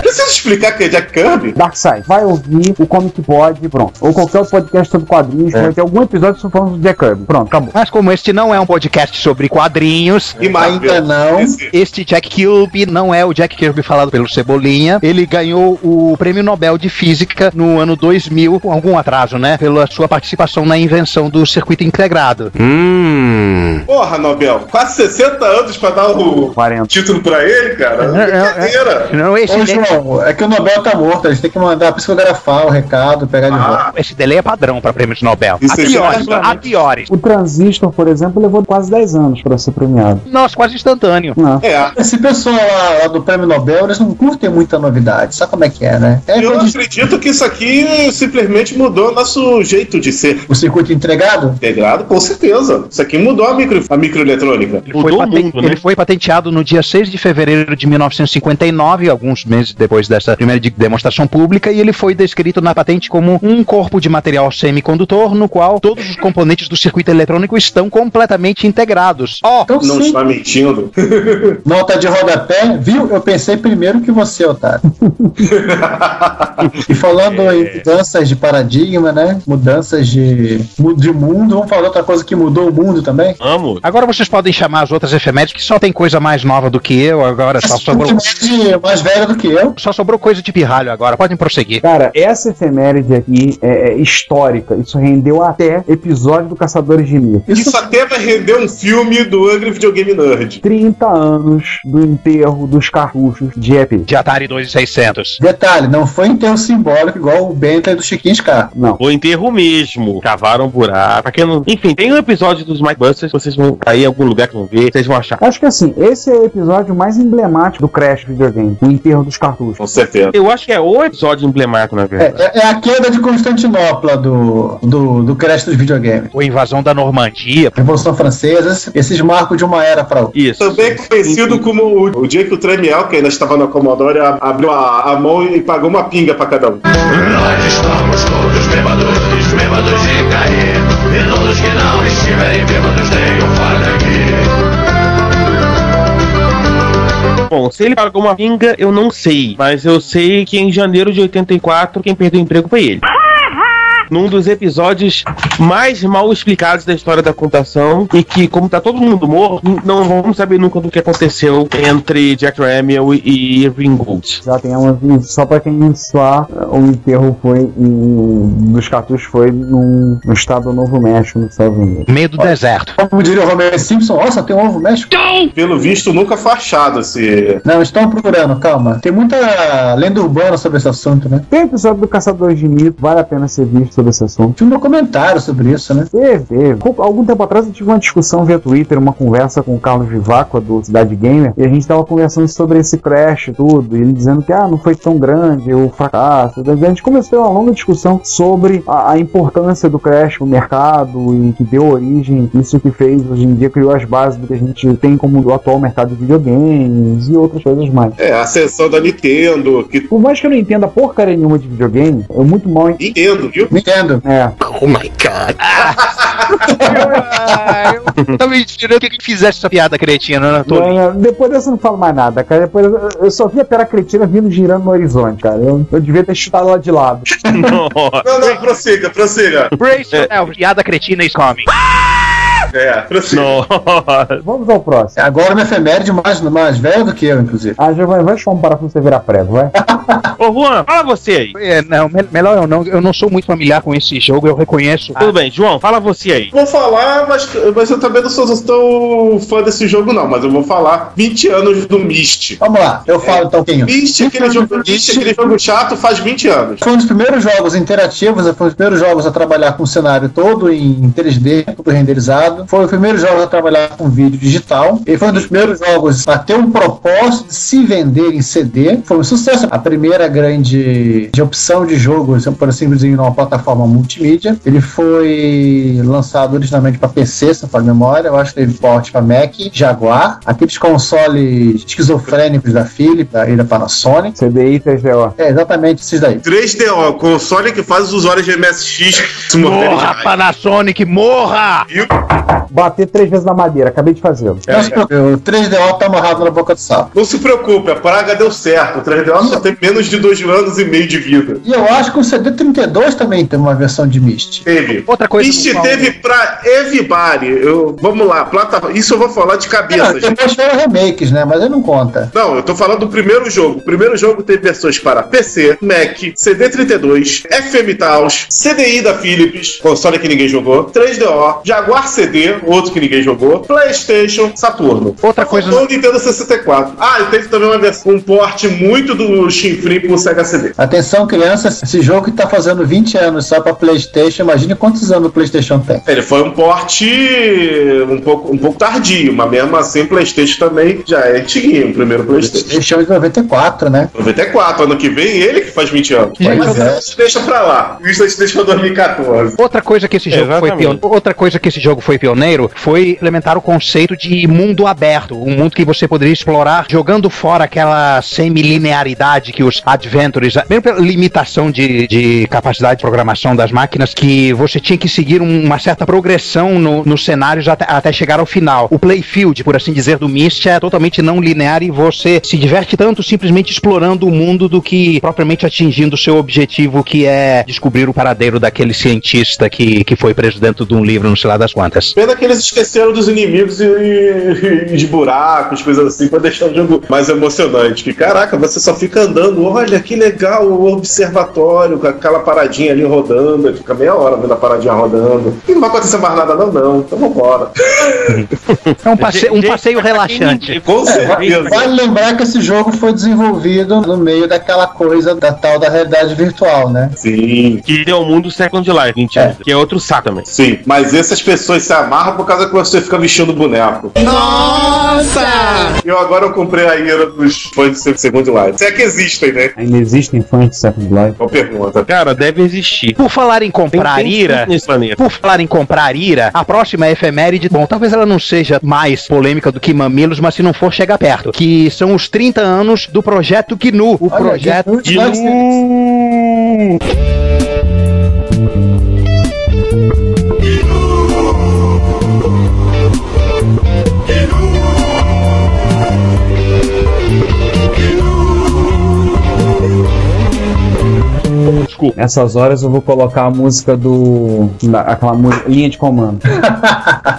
Speaker 9: Preciso explicar que é Jack Kirby?
Speaker 2: Darkseid, vai ouvir o Comic Pod, pronto. Ou qualquer outro podcast sobre quadrinhos,
Speaker 4: É.
Speaker 2: vai ter algum episódio falando do Jack Kirby. Pronto, acabou.
Speaker 4: Mas como este não é um podcast sobre quadrinhos,
Speaker 9: E Marvel.
Speaker 4: ainda não,
Speaker 9: Esse.
Speaker 4: este Jack Kirby não é o Jack Kirby falado pelo Cebolinha. Ele ganhou o Prêmio Nobel de Física no ano 2000, com algum atraso, né? Pela sua participação na invenção do circuito integrado.
Speaker 5: Hum.
Speaker 9: Porra, Nobel, quase 60 anos pra dar o título pra ele, cara. Brincadeira.
Speaker 4: Não, esse
Speaker 1: Ô,
Speaker 4: dele-
Speaker 1: João, é que o Nobel tá morto, a gente tem que mandar psicografar o recado, pegar de volta.
Speaker 4: Esse delay é padrão para prêmios Nobel.
Speaker 1: Isso
Speaker 4: a
Speaker 1: é
Speaker 4: piores,
Speaker 1: exatamente.
Speaker 4: a piores.
Speaker 2: O Transistor, por exemplo, levou quase 10 anos pra ser premiado.
Speaker 4: Nossa, quase instantâneo.
Speaker 9: É.
Speaker 1: Esse pessoal lá, lá do Prêmio Nobel, eles não curtem muita novidade, sabe como é que é, né? É
Speaker 9: Eu
Speaker 1: quando
Speaker 9: acredito que isso aqui simplesmente mudou o nosso jeito de ser.
Speaker 1: O circuito entregado?
Speaker 9: Integrado, com certeza. Isso aqui mudou a, micro, a microeletrônica.
Speaker 4: Foi paten-
Speaker 5: né?
Speaker 4: Ele foi patenteado no dia 6 de fevereiro de 1959, alguns meses depois dessa primeira de- demonstração pública, e ele foi descrito na patente como um corpo de material semicondutor no qual todos os componentes do circuito eletrônico estão completamente integrados. Ó,
Speaker 9: Não está mentindo.
Speaker 1: Então, Nota de rodapé, viu? Eu pensei primeiro que você, Otário. e falando em mudanças de paradigma, né? Mudanças de, de mundo, vamos falar outra coisa que mudou o mundo também?
Speaker 5: Vamos.
Speaker 4: Agora vocês podem chamar as outras efemérides, que só tem coisa mais nova do que eu agora, só sobrou.
Speaker 1: mais velha do que eu.
Speaker 4: Só sobrou coisa de pirralho agora, podem prosseguir.
Speaker 2: Cara, essa é efeméride aqui é, é histórica. Isso rendeu até episódio do Caçadores de Mito.
Speaker 9: Isso até vai render um filme do Angry Videogame Nerd.
Speaker 2: 30 anos do enterro dos cartuchos de EP.
Speaker 4: De Atari 2600.
Speaker 1: Detalhe, não foi enterro simbólico igual o Bentley do Chiquinho Scar.
Speaker 2: Não.
Speaker 5: O enterro mesmo. Cavaram um buraco. Pra quem não... Enfim, tem um episódio dos Mike Busters. Vocês vão cair em algum lugar que vão ver. Vocês vão achar.
Speaker 2: Acho que assim, esse é o episódio mais emblemático do Crash Videogame, o enterro dos cartuchos.
Speaker 9: Com certeza.
Speaker 5: Eu acho que é o episódio emblemático, né, na
Speaker 1: É,
Speaker 5: verdade.
Speaker 1: é- é a queda de Constantinopla do, do, do crédito dos videogames.
Speaker 4: Ou invasão da Normandia.
Speaker 1: Revolução Francesa, esses- esses marcos de uma era para outra.
Speaker 5: Isso.
Speaker 9: Também conhecido como o, o dia que o Tremiel, que ainda estava na Commodore, a- abriu a, a mão e pagou uma pinga pra cada um.
Speaker 12: Nós estamos todos bêbados, bêbados de cair. E todos que não estiverem bêbados tenham farda
Speaker 5: Bom, se ele pagou uma pinga, eu não sei. Mas eu sei que em janeiro de 84, quem perdeu o emprego foi ele. Num dos episódios mais mal explicados da história da computação, e que, como tá todo mundo morto, n- não vamos saber nunca do que aconteceu entre Jack Ramiel e Irving Gould.
Speaker 2: Já temos, e só pra quem não sabe, o enterro foi em, dos cartuchos foi num, no estado do Novo México, né? nos Estados Unidos.
Speaker 4: Meio do deserto.
Speaker 1: Como diria o Romero Simpson, nossa, tem um ovo México.
Speaker 9: Pelo visto, nunca foi achado esse.
Speaker 1: Não, estão procurando, calma. Tem muita lenda urbana sobre esse assunto, né?
Speaker 2: Tem episódio do Caçadores de Mito, vale a pena ser visto sobre esse assunto.
Speaker 1: Tinha um documentário sobre isso, né?
Speaker 2: Teve, teve. Com- Algum tempo atrás eu tive uma discussão via Twitter, uma conversa com o Carlos Vivacqua do Cidade Gamer, e a gente tava conversando sobre esse crash e tudo, e ele dizendo que ah, não foi tão grande, o fracasso. A gente começou uma longa discussão sobre a, a importância do crash no mercado e que deu origem, isso que fez hoje em dia, criou as bases do que a gente tem como o atual mercado de videogames e outras coisas mais.
Speaker 9: É, a ascensão da Nintendo, que
Speaker 2: Por mais que eu não entenda porcaria nenhuma de videogame, eu muito mal
Speaker 9: Nintendo, viu?
Speaker 2: Nem
Speaker 1: Nintendo.
Speaker 2: É.
Speaker 5: Oh my god.
Speaker 4: Tá me tirando que fizesse essa piada cretina, né, Antônio?
Speaker 2: Ganha. Depois dessa eu não falo mais nada, cara. Depois eu, eu só vi a pera cretina vindo girando no horizonte, cara. Eu, eu devia ter chutado ela de lado.
Speaker 9: Não, não, prossiga, prossiga.
Speaker 4: Brace yourself, piada cretina is coming.
Speaker 9: É, prossiga.
Speaker 2: Vamos ao próximo.
Speaker 1: Agora uma efeméride mais, é mais velha do que eu, inclusive.
Speaker 2: Ah, Giovanni, vai chupar um parafuso e você virar prego, vai.
Speaker 5: Ô Juan, fala você aí.
Speaker 4: É, não, me- melhor eu não. Eu não sou muito familiar com esse jogo, eu reconheço.
Speaker 2: Ah,
Speaker 5: Tudo bem, João, fala você aí.
Speaker 4: Um
Speaker 9: Vou falar, mas, mas eu também não sou tão fã desse jogo, não. Mas eu vou falar 20 anos do Myst.
Speaker 1: Vamos lá, eu falo então quem.
Speaker 9: Myst, aquele jogo, Myst, aquele jogo chato, faz 20 anos.
Speaker 1: Foi um dos primeiros jogos interativos, foi um dos primeiros jogos a trabalhar com o cenário todo em 3D, tudo renderizado. Foi o primeiro jogo a trabalhar com vídeo digital. E foi um dos primeiros jogos a ter um propósito de se vender em CD. Foi um sucesso. A primeira grande de opção de jogo, por assim dizer, em uma plataforma multimídia. Ele foi lançado originalmente para PC, se não faz memória. Eu acho que teve porte para Mac, Jaguar, aqueles consoles esquizofrênicos da Philips da- e da Panasonic.
Speaker 2: CDI, TGO.
Speaker 1: É, exatamente esses daí.
Speaker 9: 3DO, console que faz os usuários de MSX se morderem de
Speaker 4: Morra,
Speaker 9: raiva.
Speaker 4: Panasonic, morra!
Speaker 2: Bater três vezes na madeira, acabei de fazer.
Speaker 1: Não se preocupe, O 3DO tá amarrado na boca do sapo.
Speaker 9: Não se preocupe, a praga deu certo. O 3DO só tem menos de dois anos e meio de vida.
Speaker 1: E eu acho que o CD32 também tem uma versão de Myst.
Speaker 9: Teve.
Speaker 4: Outra coisa né?
Speaker 9: Myst
Speaker 4: que eu falo-
Speaker 9: teve pra Everybody. Eu, vamos lá, plata... isso eu vou falar de cabeça,
Speaker 4: É,
Speaker 1: Não,
Speaker 9: gente.
Speaker 1: depois foram remakes, né? Mas aí não conta.
Speaker 9: Não, eu tô falando do primeiro jogo. O primeiro jogo teve versões para PC, Mac, CD32, FM Taos, CDI da Philips, console que ninguém jogou, 3DO, Jaguar CD, outro que ninguém jogou, PlayStation, Saturno.
Speaker 4: Outra coisa- né?
Speaker 9: Ou Nintendo 64. Ah, e teve também uma versão, um porte muito do Shinfree pro Sega CD.
Speaker 1: Atenção, crianças, esse jogo que tá fazendo 20 anos só pra PlayStation, imagine quantos anos o PlayStation tem.
Speaker 9: Ele foi um porte um pouco, um pouco tardio, mas mesmo assim, PlayStation também já é antiguinho, o primeiro PlayStation.
Speaker 1: PlayStation de 94, né?
Speaker 9: 94, ano que vem, ele que faz 20 anos.
Speaker 4: Gente,
Speaker 9: Mas
Speaker 4: eu-
Speaker 9: isso a gente deixa pra lá. Isso a gente deixa pra 2014.
Speaker 4: Outra coisa que esse jogo foi
Speaker 9: Exatamente.
Speaker 4: pioneiro, outra coisa que esse jogo foi pioneiro foi implementar o conceito de mundo aberto, um mundo que você poderia explorar jogando fora aquela semilinearidade que os adventures, mesmo pela limitação de, de capacidade de programação das máquinas, que você tinha que seguir um- uma certa progressão no- nos cenários até, até chegar ao final. O playfield, por assim dizer, do Myst é totalmente não linear e você se diverte tanto simplesmente explorando o mundo do que propriamente atingindo o seu objetivo, que é descobrir o paradeiro daquele cientista que, que foi preso dentro de um livro, não sei lá das quantas.
Speaker 9: Pena que eles esqueceram dos inimigos e, e de buracos, coisas assim, pra deixar o jogo mais emocionante. Que caraca, você só fica andando, olha que legal o observatório, com aquela paradinha ali rodando, aí fica meia hora vendo a paradinha rodando. E não vai acontecer mais nada, não, não. Então vambora.
Speaker 4: É um passeio, um
Speaker 5: Gente,
Speaker 4: passeio relaxante.
Speaker 9: Com certeza.
Speaker 1: Vale lembrar que esse jogo foi desenvolvido no meio daquela coisa da tal da realidade virtual, né?
Speaker 9: Sim.
Speaker 5: Que deu o mundo Second Life, mentira. Que é outro saco também.
Speaker 9: Sim, mas essas pessoas se amarram por causa que você fica vestindo boneco.
Speaker 8: Nossa!
Speaker 9: Eu agora eu comprei a ira dos fãs de segundo live. Se é que existem, né?
Speaker 2: Ainda existem fãs de Second Life.
Speaker 9: Qual pergunta?
Speaker 5: Cara, deve existir.
Speaker 4: Por falar em comprar
Speaker 5: Tem- tem
Speaker 4: ira,
Speaker 5: tudo nesse planeta.
Speaker 4: por falar em comprar ira, a próxima efeméride, bom, talvez ela não seja mais polêmica do que Mamilos, mas se não for, chega perto. Que são os 30 anos do projeto GNU. O
Speaker 1: Olha,
Speaker 4: projeto
Speaker 1: de novo,
Speaker 2: Nessas horas eu vou colocar a música do. da- aquela música. Linha de comando.
Speaker 4: é.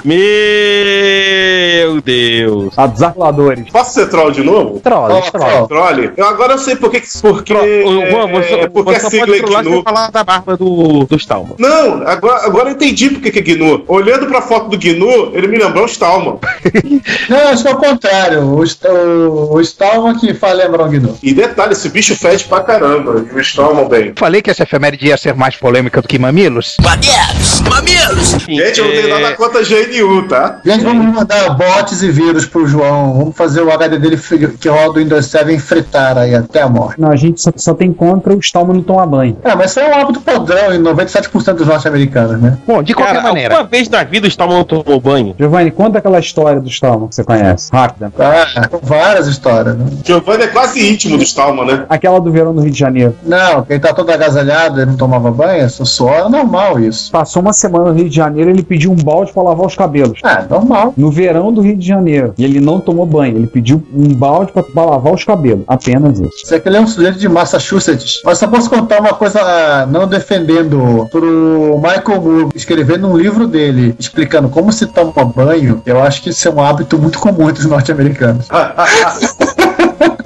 Speaker 5: Meu Deus.
Speaker 2: A dos arculadores.
Speaker 9: Posso ser troll de novo?
Speaker 4: Trolls,
Speaker 5: Tá.
Speaker 4: trolls.
Speaker 9: Troll? Eu agora eu sei por que. Porque.
Speaker 5: Ô, Juan, você,
Speaker 9: é, porque
Speaker 5: você
Speaker 9: a
Speaker 5: só
Speaker 9: sigla
Speaker 5: pode
Speaker 9: é
Speaker 5: trollar se eu
Speaker 9: GNU.
Speaker 5: falar da barba do, dos Talma.
Speaker 9: Não, agora, agora eu entendi por que que é GNU. Olhando pra foto do GNU, ele me lembrou o Stalman.
Speaker 1: Não, acho que é o contrário. O, Sta- o, o Stallman que fala lembrar o Gnu.
Speaker 9: E detalhe, esse bicho fede pra caramba. E o Stalman bem.
Speaker 4: Falei que essa efeméride ia ser mais polêmica do que Mamilos?
Speaker 8: Mamilos! Mamilos!
Speaker 9: Gente, eu não tenho
Speaker 5: É.
Speaker 9: nada contra GNU, tá?
Speaker 1: Gente, vamos mandar bots e vírus pro João. Vamos fazer o HD dele fri- que roda o Windows 7 fritar aí até a morte.
Speaker 2: Não, a gente só, só tem contra o Stallman não tomar banho.
Speaker 1: É, mas isso é um hábito padrão em 97% dos norte-americanos, né?
Speaker 4: Bom, de qualquer
Speaker 5: Cara,
Speaker 4: maneira.
Speaker 5: alguma vez na vida o Talma não tomou banho?
Speaker 2: Giovanni, conta aquela história do Stallman que você conhece. Rápida.
Speaker 1: Ah, são várias histórias, né?
Speaker 9: Giovanni é quase íntimo do Stalman, né?
Speaker 2: Aquela do verão do Rio de Janeiro.
Speaker 1: Não, quem tá todo agasalhado agasalhada, não tomava banho, só suor, é normal isso.
Speaker 2: Passou uma semana no Rio de Janeiro, ele pediu um balde pra lavar os cabelos.
Speaker 1: É, normal.
Speaker 2: No verão do Rio de Janeiro. E ele não tomou banho, ele pediu um balde pra, pra lavar os cabelos. Apenas isso.
Speaker 1: Isso aqui ele é um sujeito de Massachusetts. Mas só posso contar uma coisa, ah, não defendendo, pro Michael Moore escrever num livro dele, explicando como se toma banho. Eu acho que isso é um hábito muito comum entre os norte-americanos.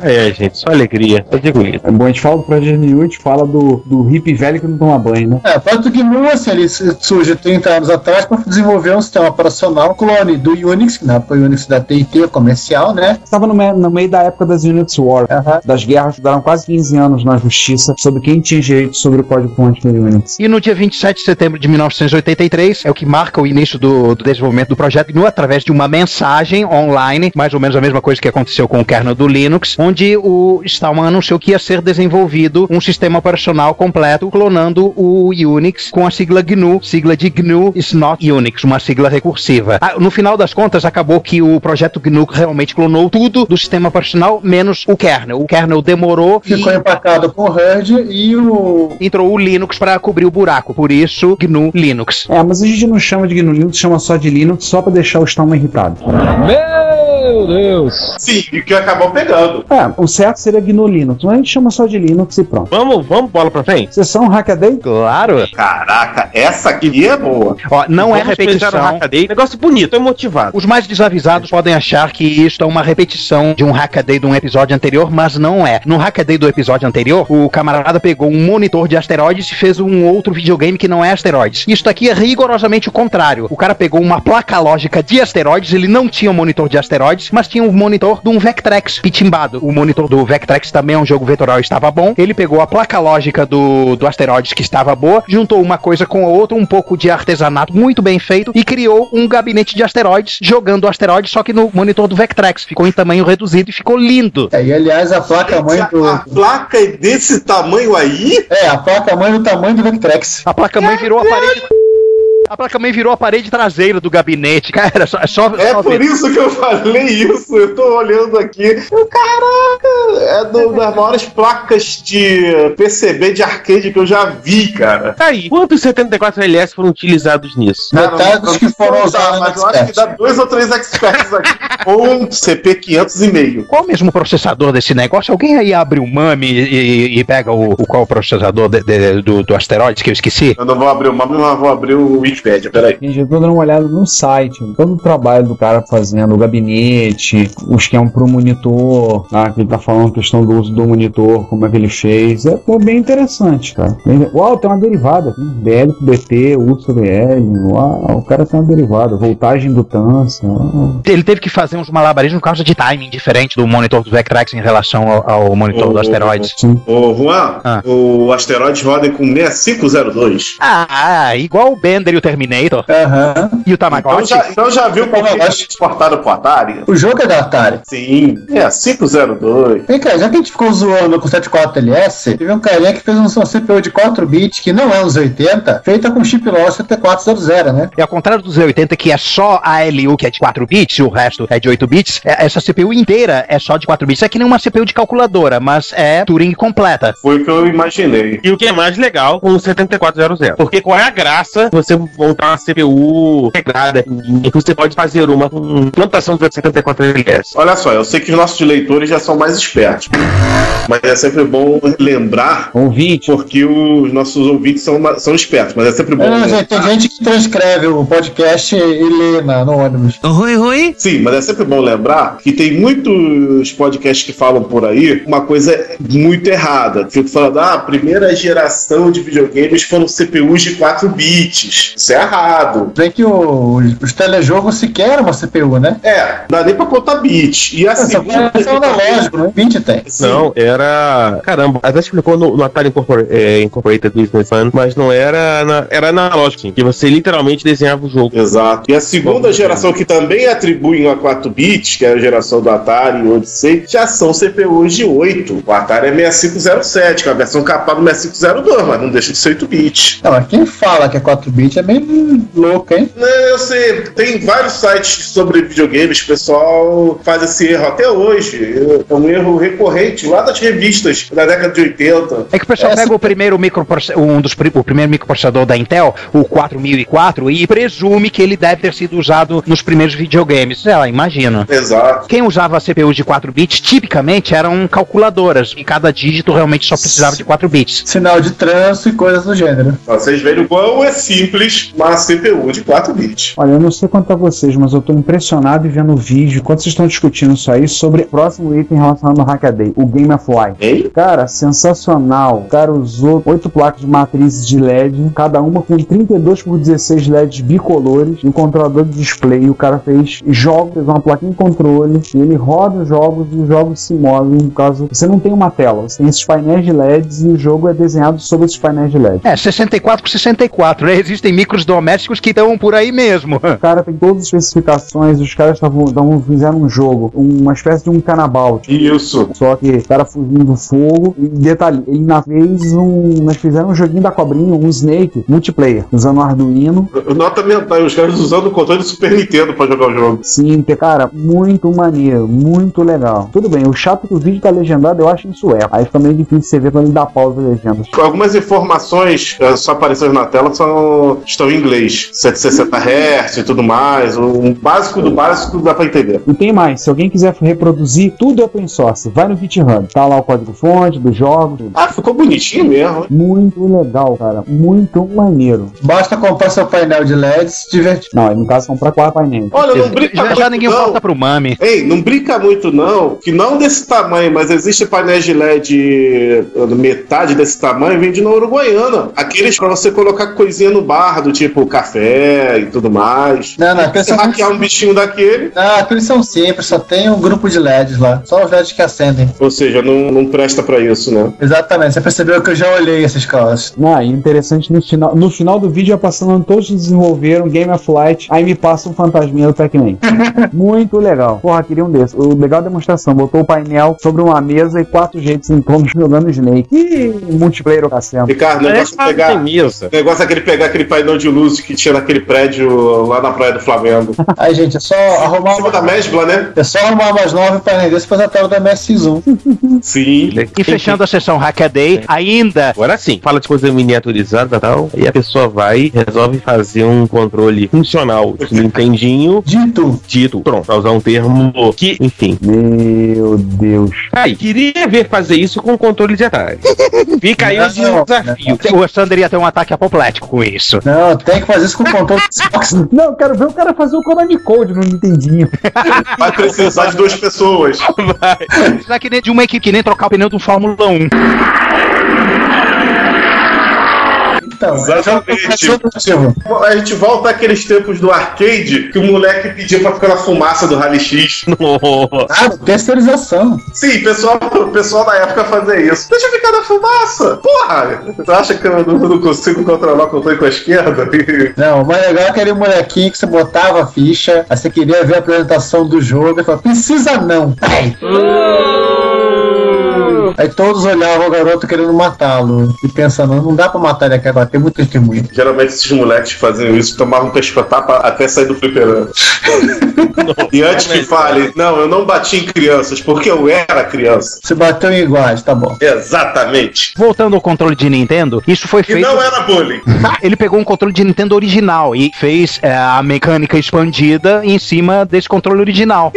Speaker 5: É, gente, só alegria. Eu digo isso.
Speaker 2: É bom, a gente fala do Project New, a gente fala do, do hippie velho que não toma banho, né?
Speaker 1: É, tanto que Moon, assim, ele surge 30 anos atrás para desenvolver um sistema operacional clone do Unix, que na época o Unix da TIT comercial, né?
Speaker 2: Estava no, me- no meio da época das Unix War,
Speaker 1: Aham.
Speaker 2: das guerras, duraram quase 15 anos na justiça sobre quem tinha direito sobre o código fonte do Unix.
Speaker 4: E no dia 27 de setembro de 1983 é o que marca o início do, do desenvolvimento do projeto GNU através de uma mensagem online, mais ou menos a mesma coisa que aconteceu com o kernel do Linux, onde o Stallman anunciou que ia ser desenvolvido um sistema operacional completo clonando o Unix com a sigla GNU, sigla de GNU is not Unix, uma sigla recursiva. Ah, no final das contas acabou que o projeto GNU realmente clonou tudo do sistema operacional menos o kernel. O kernel demorou
Speaker 1: Ficou empacado com o Herd e o.
Speaker 4: entrou o Linux para cobrir o buraco. Por isso, GNU Linux.
Speaker 2: É, mas a gente não chama de GNU Linux, chama só de Linux, só pra deixar o Stallman irritado.
Speaker 9: Meu Deus! Sim, e que acabou pegando.
Speaker 2: É, o certo seria GNU Linux, mas a gente chama só de Linux e pronto. um
Speaker 5: Vamos, vamos, bola pra frente.
Speaker 2: Sessão Hackaday?
Speaker 5: Claro.
Speaker 9: Caraca, essa aqui é boa.
Speaker 4: Ó, não é
Speaker 5: Vamos pensar no
Speaker 4: repetição.
Speaker 5: Hackaday. Negócio bonito, é motivado.
Speaker 4: Os mais desavisados podem achar que isto é uma repetição de um hackaday de um episódio anterior, mas não é. No hackaday do episódio anterior, o camarada pegou um monitor de asteroides e fez um outro videogame que não é asteroides. Isto aqui é rigorosamente o contrário. O cara pegou uma placa lógica de asteroides, ele não tinha um monitor de asteroides, mas tinha um monitor de um Vectrex pitimbado. O monitor do Vectrex também é um jogo vetorial, estava bom. Ele pegou a placa lógica do, do asteroides que estava boa, juntou uma coisa com a outra, um pouco de artesanato muito bem feito e criou um gabinete de asteroides, jogando o asteroide só que no monitor do Vectrex. Ficou em tamanho reduzido e ficou lindo.
Speaker 1: É, e aliás, a placa-mãe do.
Speaker 9: A placa é desse tamanho aí?
Speaker 1: É, a placa-mãe do tamanho do Vectrex.
Speaker 4: A placa-mãe virou a parede. A placa-mãe virou a parede traseira do gabinete, cara. Só, só,
Speaker 9: É
Speaker 4: só
Speaker 9: por
Speaker 4: ver.
Speaker 9: isso que eu falei isso. Eu tô olhando aqui. Eu, caraca! É do- das maiores placas de PCB de arcade que eu já vi, cara.
Speaker 5: Tá aí. Quantos 74 LS foram utilizados nisso?
Speaker 9: Cara,
Speaker 1: Metade
Speaker 9: eu não
Speaker 1: dos que
Speaker 9: sei
Speaker 1: foram
Speaker 9: usar,
Speaker 1: usados no
Speaker 9: mas eu acho que
Speaker 1: Expert.
Speaker 9: dá dois ou três experts aqui. ou um CP 500 e meio.
Speaker 4: Qual o mesmo processador desse negócio? Alguém aí abre o MAME e, e- e pega o, o qual processador de- de- do, do asteroide que eu esqueci?
Speaker 9: Eu não vou abrir o mapa, mas vou abrir o Wikipedia, peraí.
Speaker 2: Gente, eu tô dando uma olhada no site, todo o trabalho do cara fazendo, o gabinete, o esquema um pro monitor, tá? que ele tá falando a questão do uso do monitor, como é que ele fez. É pô, bem interessante, cara. Bem- Uau, tem uma derivada aqui. BL pro BT, U sobre L. Uau, o cara tem uma derivada. Voltagem do Tâncio. uau.
Speaker 4: Ele teve que fazer uns malabarismos por causa de timing diferente do monitor do Vectrex em relação ao, ao monitor
Speaker 9: Ô,
Speaker 4: do asteroide.
Speaker 9: Ô, Juan,
Speaker 4: Ah.
Speaker 9: o asteroide roda com 6502.
Speaker 4: Ah, igual o Bender e o Terminator
Speaker 1: Aham.
Speaker 4: e o
Speaker 9: Então
Speaker 4: Tamagotchi.
Speaker 9: já, então já viu por que ele é exportado pro Atari?
Speaker 1: O jogo é da Atari.
Speaker 9: Sim, é 502.
Speaker 1: Vem cá, já que a gente ficou zoando com 74LS, teve um carinha que fez um CPU de 4 bits, que não é uns 80, feita com chip LOS 7400, né?
Speaker 4: E ao contrário do Z80, que é só a LU, que é de 4 bits, e o resto é de 8 bits, é- essa CPU inteira é só de 4 bits. É que nem uma CPU de calculadora, mas é Turing completa.
Speaker 9: Foi o que eu imaginei.
Speaker 5: E o que é mais legal com o 7400. Porque qual é a graça você montar uma CPU integrada em que você pode fazer uma com implantação do 7400?
Speaker 9: Olha só, eu sei que os nossos leitores já são mais espertos. Mas é sempre bom lembrar
Speaker 2: Ouvinte.
Speaker 9: porque os nossos ouvintes são, ma- são espertos, mas é sempre bom.
Speaker 1: É, não,
Speaker 9: lembrar.
Speaker 1: gente, tem gente que transcreve o podcast e lê na, no ônibus.
Speaker 9: Rui, Rui? Sim, mas é sempre bom lembrar que tem muitos podcasts que falam por aí uma coisa é muito errada. Fico falando, ah, a primeira geração de videogames foram CPUs de 4 bits. Isso é errado.
Speaker 1: Vem que o- os telejogos sequer era uma CPU, né?
Speaker 9: É, dá nem pra contar bits. E a
Speaker 1: Essa
Speaker 9: segunda.
Speaker 1: coisa é analógico, né? 20 tem.
Speaker 9: Sim.
Speaker 5: Não, era. Caramba, até explicou no, no Atari Incorpor é, Incorporated Business Plan, mas não era. Na, era analógico, sim, que você literalmente desenhava o jogo.
Speaker 9: Exato. E a segunda geração que também atribuem a 4 bits, que é a geração do Atari e Odyssey, já são CPUs de 8. O Atari é 6507, que é a versão capada do 6502, mas não deixa de ser 8 bits.
Speaker 1: Não, mas quem fala que é 4 bits é bem louca, hein?
Speaker 9: Não, Né, eu sei, tem vários sites sobre videogames, o pessoal faz esse erro até hoje. É um erro recorrente lá das revistas da década de 80.
Speaker 4: É que o pessoal pega o primeiro microproce- um dos pri- o primeiro microprocessador da Intel, o 4004, e presume que ele deve ter sido usado nos primeiros videogames. Sei lá, imagina.
Speaker 9: Exato.
Speaker 4: Quem usava CPUs de 4 bits tipicamente eram calculadoras, e cada dígito realmente só precisava de 4 bits.
Speaker 1: Sinal de trânsito e coisas do gênero.
Speaker 9: Pra Vocês veem o quão é simples uma CPU de 4 bits.
Speaker 2: Olha, eu não sei quanto a vocês, mas eu tô impressionado e vendo o vídeo, quando vocês estão discutindo isso aí, sobre o próximo item relacionado ao Hackaday, o Game of Life. Cara, sensacional. O cara usou oito placas de matrizes de LED, cada uma com 32 por 16 LEDs bicolores, e um controlador de display. E o cara fez jogos, fez uma plaquinha de controle, e ele roda os jogos e os jogos se movem. No caso, você não tem uma tela, você tem esses painéis de LEDs e o jogo é desenhado sobre esses painéis de LED.
Speaker 4: É, 64 por 64, né? Existem micros domésticos que estão por aí mesmo.
Speaker 2: O cara tem todas as especificações, os caras tavam, tavam- fizeram um jogo, uma espécie de um canabal.
Speaker 9: Isso.
Speaker 2: Só que o cara fugindo do fogo. E detalhe, ele na fez um. Nós fizemos um joguinho da cobrinha, um Snake, multiplayer, usando Arduino.
Speaker 9: Nota mental, tá, os caras usando o controle do Super Nintendo pra jogar o jogo.
Speaker 2: Sim, que, cara, muito maneiro, muito legal. Tudo bem, o chato é que o vídeo tá legendado, eu acho em sueco. Aí fica meio difícil você ver quando ele dá pausa na legenda.
Speaker 9: Algumas informações, eh, só aparecendo na tela, são, estão em inglês. 160 Hz e tudo mais. O básico do básico dá pra entender.
Speaker 2: E tem mais, se alguém quiser reproduzir, tudo é open source. Vai no GitHub, tá lá o código-fonte dos jogos.
Speaker 9: Ah, ficou bonitinho mesmo.
Speaker 2: Muito legal, cara. Muito maneiro.
Speaker 1: Basta comprar seu painel É de LED se divertir.
Speaker 2: Não, no caso, comprar quatro painéis.
Speaker 9: Olha, não brinca
Speaker 2: Já- já ninguém
Speaker 9: volta
Speaker 4: pro Mami.
Speaker 9: Ei, não brinca muito não, que não desse tamanho, mas existe painéis de LED eh, metade desse tamanho, vende na Uruguaiana. Aqueles pra você colocar coisinha no bar, do tipo café e tudo mais.
Speaker 1: Não, não,
Speaker 9: Você hackear um bichinho daquele.
Speaker 1: Ah, aqueles são simples, só tem um grupo de LEDs lá. Só os LEDs que acendem.
Speaker 9: Ou seja, não, não presta pra isso, né?
Speaker 1: Exatamente, você percebeu que eu já olhei esses caras.
Speaker 2: Ah, e interessante no final, no final do vídeo, já passando todos que desenvolveram Game of Light, aí me passa um fantasminha do Pac-Man. Muito legal. Porra, queria um desses. O legal da demonstração, botou o painel sobre uma mesa e quatro jeitos em torno jogando Snake. Ih, um multiplayer o cacete.
Speaker 9: Ricardo, o negócio é pegar. O negócio é aquele pegar aquele painel de luz que tinha naquele prédio lá na Praia do Flamengo.
Speaker 1: Aí, gente, é só arrumar uma.
Speaker 9: da Mesbla, né?
Speaker 1: É só arrumar umas nove painéis depois a tela da MSX1.
Speaker 9: Sim.
Speaker 4: E fechando a sessão Hackaday, ainda.
Speaker 5: Agora sim, fala de coisa miniaturizada e tal, e a pessoa vai e resolve fazer um controle funcional de um Nintendinho.
Speaker 1: Dito.
Speaker 5: Dito. Pronto, pra usar um termo que, enfim.
Speaker 2: Meu Deus.
Speaker 5: Aí, queria ver fazer isso com controle de atalho. Fica aí o desafio.
Speaker 4: O Sander ia ter um ataque apoplético com isso. né?
Speaker 1: Não, tem que fazer isso com o controle do Xbox.
Speaker 2: Não, eu quero ver o cara fazer o Konami Code no Nintendinho.
Speaker 9: Vai precisar de duas pessoas.
Speaker 4: Será que nem de uma equipe que nem trocar o pneu do Fórmula 1?
Speaker 1: Então,
Speaker 9: Exatamente. A gente volta àqueles tempos do arcade que o moleque pedia pra ficar na fumaça do Rally X.
Speaker 1: Ah, terceirização.
Speaker 9: Sim, pessoal, o pessoal da época fazia isso. Deixa eu ficar na fumaça! Porra! Tu acha que eu não, não consigo controlar o controle com a esquerda?
Speaker 1: Não, o mais legal é aquele molequinho que você botava a ficha, aí você queria ver a apresentação do jogo, e falava, precisa não. Ai. Aí todos olhavam o garoto querendo matá-lo. E pensando, não dá pra matar ele aqui agora, tem muito testemunho.
Speaker 9: Geralmente esses moleques faziam isso, tomavam pescotapa até sair do fliperama. e antes que fale, não, eu não bati em crianças, porque eu era criança.
Speaker 1: Se bateu em iguais, tá bom.
Speaker 9: Exatamente.
Speaker 4: Voltando ao controle de Nintendo, isso foi
Speaker 9: E
Speaker 4: feito.
Speaker 9: não era bullying.
Speaker 4: Ele pegou um controle de Nintendo original e fez é, a mecânica expandida em cima desse controle original.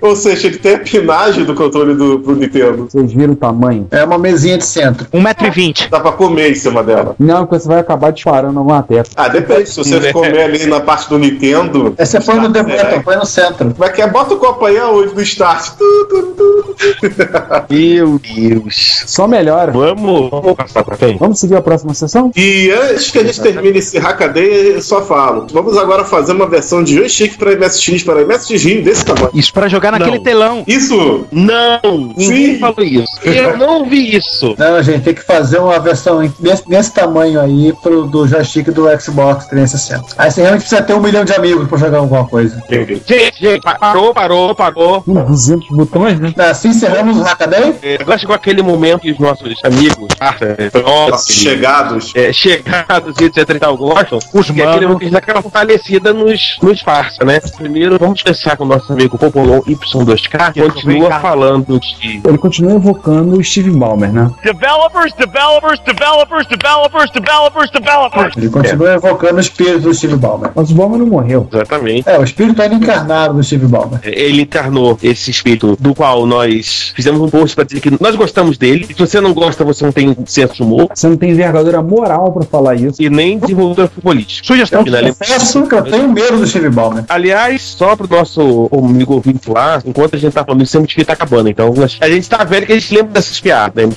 Speaker 9: Ou seja, ele tem a pinagem do controle do pro Nintendo.
Speaker 2: Vocês viram o tamanho?
Speaker 1: É uma mesinha de centro.
Speaker 4: 1,20m.
Speaker 9: Dá pra comer em cima dela.
Speaker 2: Não, porque você vai acabar disparando alguma tecla.
Speaker 9: Ah, depende. Se você comer ali na parte do Nintendo.
Speaker 1: Essa foi no debutton, foi no centro.
Speaker 9: Vai que é, bota o copo aí aonde no start. Tu, tu, tu.
Speaker 5: Meu Deus.
Speaker 2: Só melhora.
Speaker 5: Vamos, vamos passar pra frente.
Speaker 2: Vamos seguir a próxima sessão?
Speaker 9: E antes que a gente termine esse hackaday, eu só falo. Vamos agora fazer uma versão de joystick para MSX, para MSX Rio desse tamanho.
Speaker 4: Isso para jogar
Speaker 1: naquele
Speaker 4: telão.
Speaker 9: Isso!
Speaker 5: Não!
Speaker 9: Ninguém
Speaker 5: falou isso. Eu não vi isso.
Speaker 1: Não, gente, tem que fazer uma versão desse, desse tamanho aí pro, do joystick do Xbox 360. Aí você realmente precisa ter um milhão de amigos pra jogar alguma coisa.
Speaker 9: Gente,
Speaker 5: Gente, gente, pa- parou, parou, parou.
Speaker 2: 200 botões, né?
Speaker 1: Assim encerramos o Hackaday?
Speaker 5: É, Agora chegou aquele momento que os nossos amigos, parceiros,
Speaker 9: Nossos chegados.
Speaker 5: é, chegados e etc e tal, gostam. Os que é aquele momento que a gente dá aquela fortalecida nos, nos parça, né? Primeiro, vamos começar com o nosso amigo Popolon Y2K, que continua falando de
Speaker 2: Ele continua evocando o Steve Ballmer, né?
Speaker 13: Developers, developers, developers, developers, developers, developers.
Speaker 1: Ele continua evocando o espírito do Steve Ballmer.
Speaker 2: Mas o Ballmer não morreu.
Speaker 5: Exatamente. É,
Speaker 1: É, o espírito ainda encarnado do Steve Ballmer.
Speaker 5: Ele encarnou esse espírito do qual nós fizemos um post pra dizer que nós gostamos dele. Se você não gosta, você não tem senso de humor.
Speaker 2: Você não tem envergadura moral pra falar isso.
Speaker 5: E nem desenvolvedor futebolístico. Sugestão
Speaker 1: Eu confesso que eu tenho medo do Steve Ballmer.
Speaker 5: Né? Aliás, só pro nosso amigo ouvinte lá, enquanto a gente tá falando isso, sempre que tá acabando. Então nós- a gente tá velho que a gente lembra dessas piadas. Né?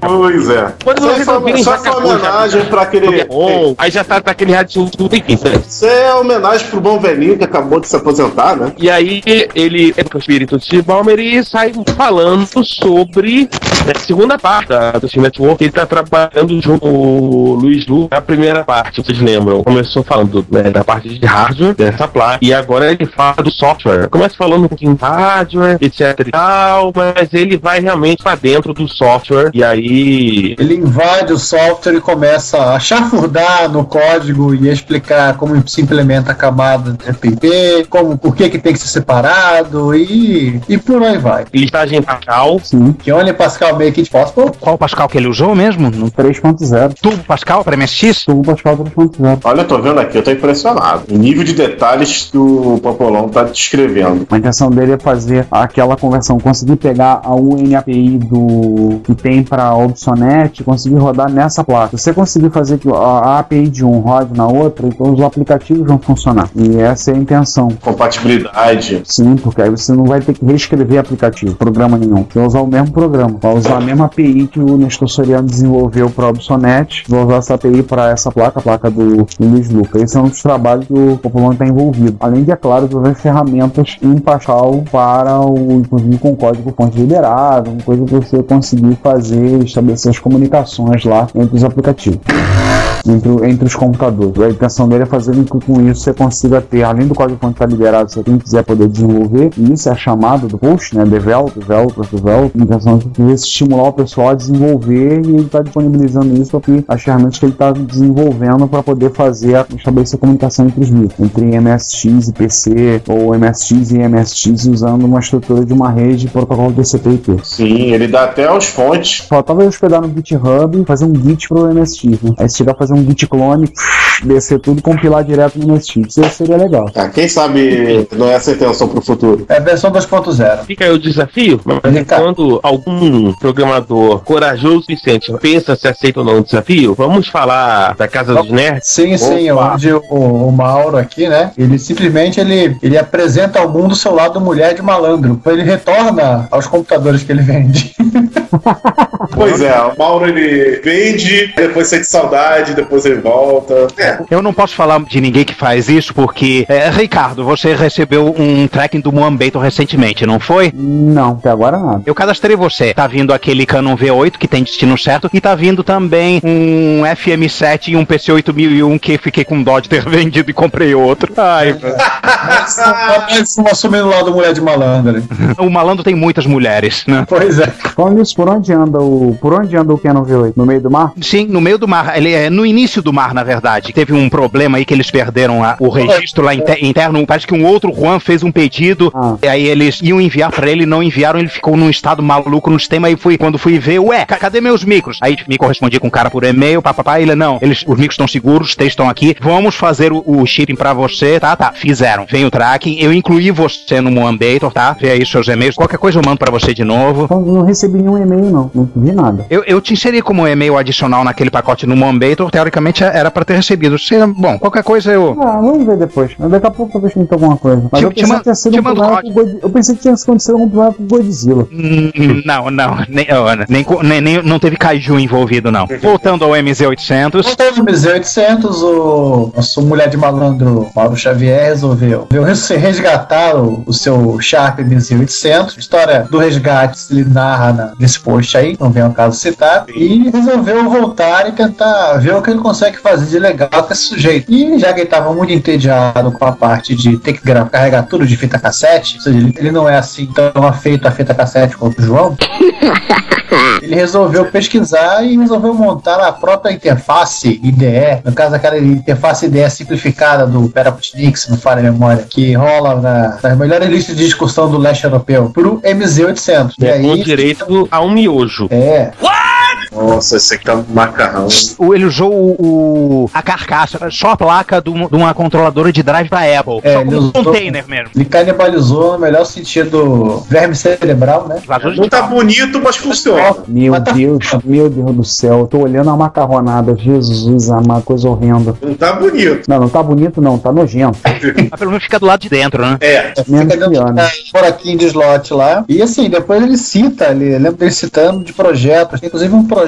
Speaker 9: Pois é.
Speaker 5: Quando
Speaker 9: Só
Speaker 5: vocês
Speaker 9: essa-
Speaker 5: ouvirem
Speaker 9: só
Speaker 5: Jaca
Speaker 9: essa
Speaker 5: Cuja,
Speaker 9: homenagem pra aquele.
Speaker 5: Pokémon, aí já tá, tá aquele rádio tudo, enfim. né?
Speaker 9: Isso é homenagem pro bom velhinho que acabou de se aposentar, né?
Speaker 5: E aí ele é o espírito de Steve Ballmer e sai falando sobre a segunda parte da- do Team Network. Ele tá trabalhando junto com o Luiz Lu. A primeira parte, vocês lembram, começou falando né, da parte de hardware dessa placa. E agora ele fala do software. Começa falando um pouquinho de hardware, etc e tal, mas ele vai realmente pra dentro do software. E aí
Speaker 1: Ele invade o software e começa a chafurdar no código e a explicar como se implementa a camada de RPP, como, por que, que tem que ser separado e, e por aí vai.
Speaker 5: Listagem Pascal.
Speaker 2: Sim.
Speaker 1: Que only Pascal make it possible.
Speaker 4: Qual Pascal que ele usou mesmo? No
Speaker 2: 3.0.
Speaker 4: Turbo Pascal para MSX?
Speaker 2: Turbo Pascal 3.0.
Speaker 9: Olha, tô vendo aqui, eu tô impressionado. O nível de detalhes que o Popolão tá descrevendo.
Speaker 2: A intenção dele é fazer aquela conversão, conseguir pegar a UNAPI do que tem para Obsonet, conseguir rodar nessa placa. Se você conseguir fazer que a- a API de um rode na outra, então os aplicativos vão funcionar. E essa é a intenção.
Speaker 9: Compatibilidade.
Speaker 2: Sim, porque aí você não vai ter que reescrever aplicativo, programa nenhum. Você vai usar o mesmo programa, vai usar a mesma API que o Nestor Soriano desenvolveu para Obsonet, vai usar essa API para essa placa, a placa do Luiz Luca. Esse é um dos trabalhos que o Populão está envolvido. Além de, é claro, de usar ferramentas em Pascal para o, inclusive com código fonte liberado, uma coisa que você conseguir fazer, estabelecer as comunicações lá entre os aplicativos entre, entre os computadores. A intenção dele é fazer com que com isso você consiga ter, além do código fonte estar liberado, se quem quiser poder desenvolver, e isso é a chamada do post, né? Develop, develop, develop. A intenção é que ele estimular o pessoal a desenvolver e ele está disponibilizando isso aqui, as ferramentas que ele está desenvolvendo para poder fazer, a- estabelecer comunicação entre os micros, entre MSX e PC, ou MSX e MSX, usando uma estrutura de uma rede protocolo TCP/IP.
Speaker 9: Sim, ele dá até as fontes.
Speaker 2: Faltava eu hospedar no GitHub e fazer um Git pro MSX, né? Aí se chegar a fazer um Git clone, descer tudo e compilar direto no MSX. Isso seria legal.
Speaker 9: Ah, quem sabe não é essa a intenção pro futuro.
Speaker 1: É a versão 2.0.
Speaker 5: Fica aí o desafio, mas enquanto algum programador corajoso o suficiente pensa se aceita ou não o desafio, vamos falar da Casa dos Nerds?
Speaker 1: Sim, sim, onde o, o Mauro aqui, né? Ele simplesmente ele, ele apresenta ao mundo o seu lado mulher de malandro. Ele retorna aos Ah, computadores que ele vende.
Speaker 9: Pois é, o Mauro ele vende, depois sente saudade, depois ele volta. É,
Speaker 4: Eu não posso falar de ninguém que faz isso porque. é, Ricardo, você recebeu um tracking do Moan Bacon recentemente, não foi?
Speaker 2: Não, até agora nada.
Speaker 4: Eu cadastrei você. Tá vindo aquele Canon V8 que tem destino certo e tá vindo também um FM7 e um PC8001 que fiquei com dó de ter vendido e comprei outro.
Speaker 2: É
Speaker 4: Ai,
Speaker 1: Mas não Tá assumindo o lado mulher de malandro.
Speaker 4: o malandro tem muitas mulheres, né?
Speaker 1: Pois é.
Speaker 2: Falando nisso, Então, por onde anda o. Por onde anda o Canon V8? No meio do mar?
Speaker 4: Sim, no meio do mar. Ele é no início do mar, na verdade. Teve um problema aí que eles perderam a- o registro lá inte- interno. Parece que um outro Juan fez um pedido. E aí eles iam enviar pra ele, não enviaram. Ele ficou num estado maluco no sistema. E fui, quando fui ver, ué, ca- cadê meus micros? Aí me correspondi com o cara por e-mail, papapá. Ele, não, eles, os micros estão seguros, os textos estão aqui. Vamos fazer o, o shipping pra você. Tá, tá. Fizeram. Vem o tracking. Eu incluí você no Moambator, tá? Vê aí seus e-mails. Qualquer coisa eu mando pra você de novo.
Speaker 2: Então, Eu não recebi nenhum e-mail, não. Não vi nada.
Speaker 4: Eu, eu te inseri como e-mail adicional naquele pacote no Mombator, teoricamente é, era pra ter recebido. Se- bom, qualquer coisa eu.
Speaker 2: Ah, vamos ver depois. Daqui a pouco eu vejo muito alguma coisa. Mas
Speaker 4: Te-
Speaker 2: eu
Speaker 4: te
Speaker 2: pensei
Speaker 4: man-
Speaker 2: que tinha sido
Speaker 4: te
Speaker 2: um
Speaker 4: mando
Speaker 2: problema com o God... Eu pensei que tinha acontecido algum problema com o Godzilla.
Speaker 4: Hum, Não, não, nem, ó, nem, co- nem- nem- não teve Kaiju envolvido, não. Voltando ao MZ800.
Speaker 1: Voltando no MZ800, o nosso mulher de malandro Mauro Xavier resolveu resolveu res- resgatar o, o seu Sharp MZ800. A história do resgate se narra na- nesse post aí, não vem ao caso citar. E resolveu voltar e tentar ver o que ele consegue fazer de legal com esse sujeito. E já que ele estava muito entediado com a parte de ter que gra- carregar tudo de fita cassete, ou seja, ele, ele não é assim tão afeito à fita cassete quanto o João, ele resolveu pesquisar e resolveu montar a própria interface IDE, no caso aquela interface IDE simplificada do Peraputnix, não falha a memória, que rola na, nas melhores listas de discussão do leste europeu, pro MZ800. E
Speaker 5: É, com
Speaker 1: aí,
Speaker 5: direito a um miojo.
Speaker 1: É.
Speaker 9: Nossa, esse aqui tá macarrão.
Speaker 4: O- Ele usou o, o- a carcaça, só a placa de um- de uma controladora de drive da Apple.
Speaker 1: É,
Speaker 4: só
Speaker 1: ele
Speaker 4: como um
Speaker 1: usou-
Speaker 4: container mesmo.
Speaker 1: Ele canibalizou no melhor sentido verme cerebral, né?
Speaker 2: É
Speaker 9: Não tá bonito, mas funciona.
Speaker 2: Meu Deus, meu Deus do céu, eu tô olhando a macarronada, Jesus amado, coisa horrenda.
Speaker 1: É.
Speaker 9: Não tá bonito.
Speaker 2: Não, não tá bonito não, tá nojento.
Speaker 4: Mas pelo menos fica do lado de dentro, né?
Speaker 9: É.
Speaker 2: Menos piano.
Speaker 1: por aqui de slot lá. E assim, depois ele cita ali, eu lembro dele citando de projetos. Tem inclusive um projeto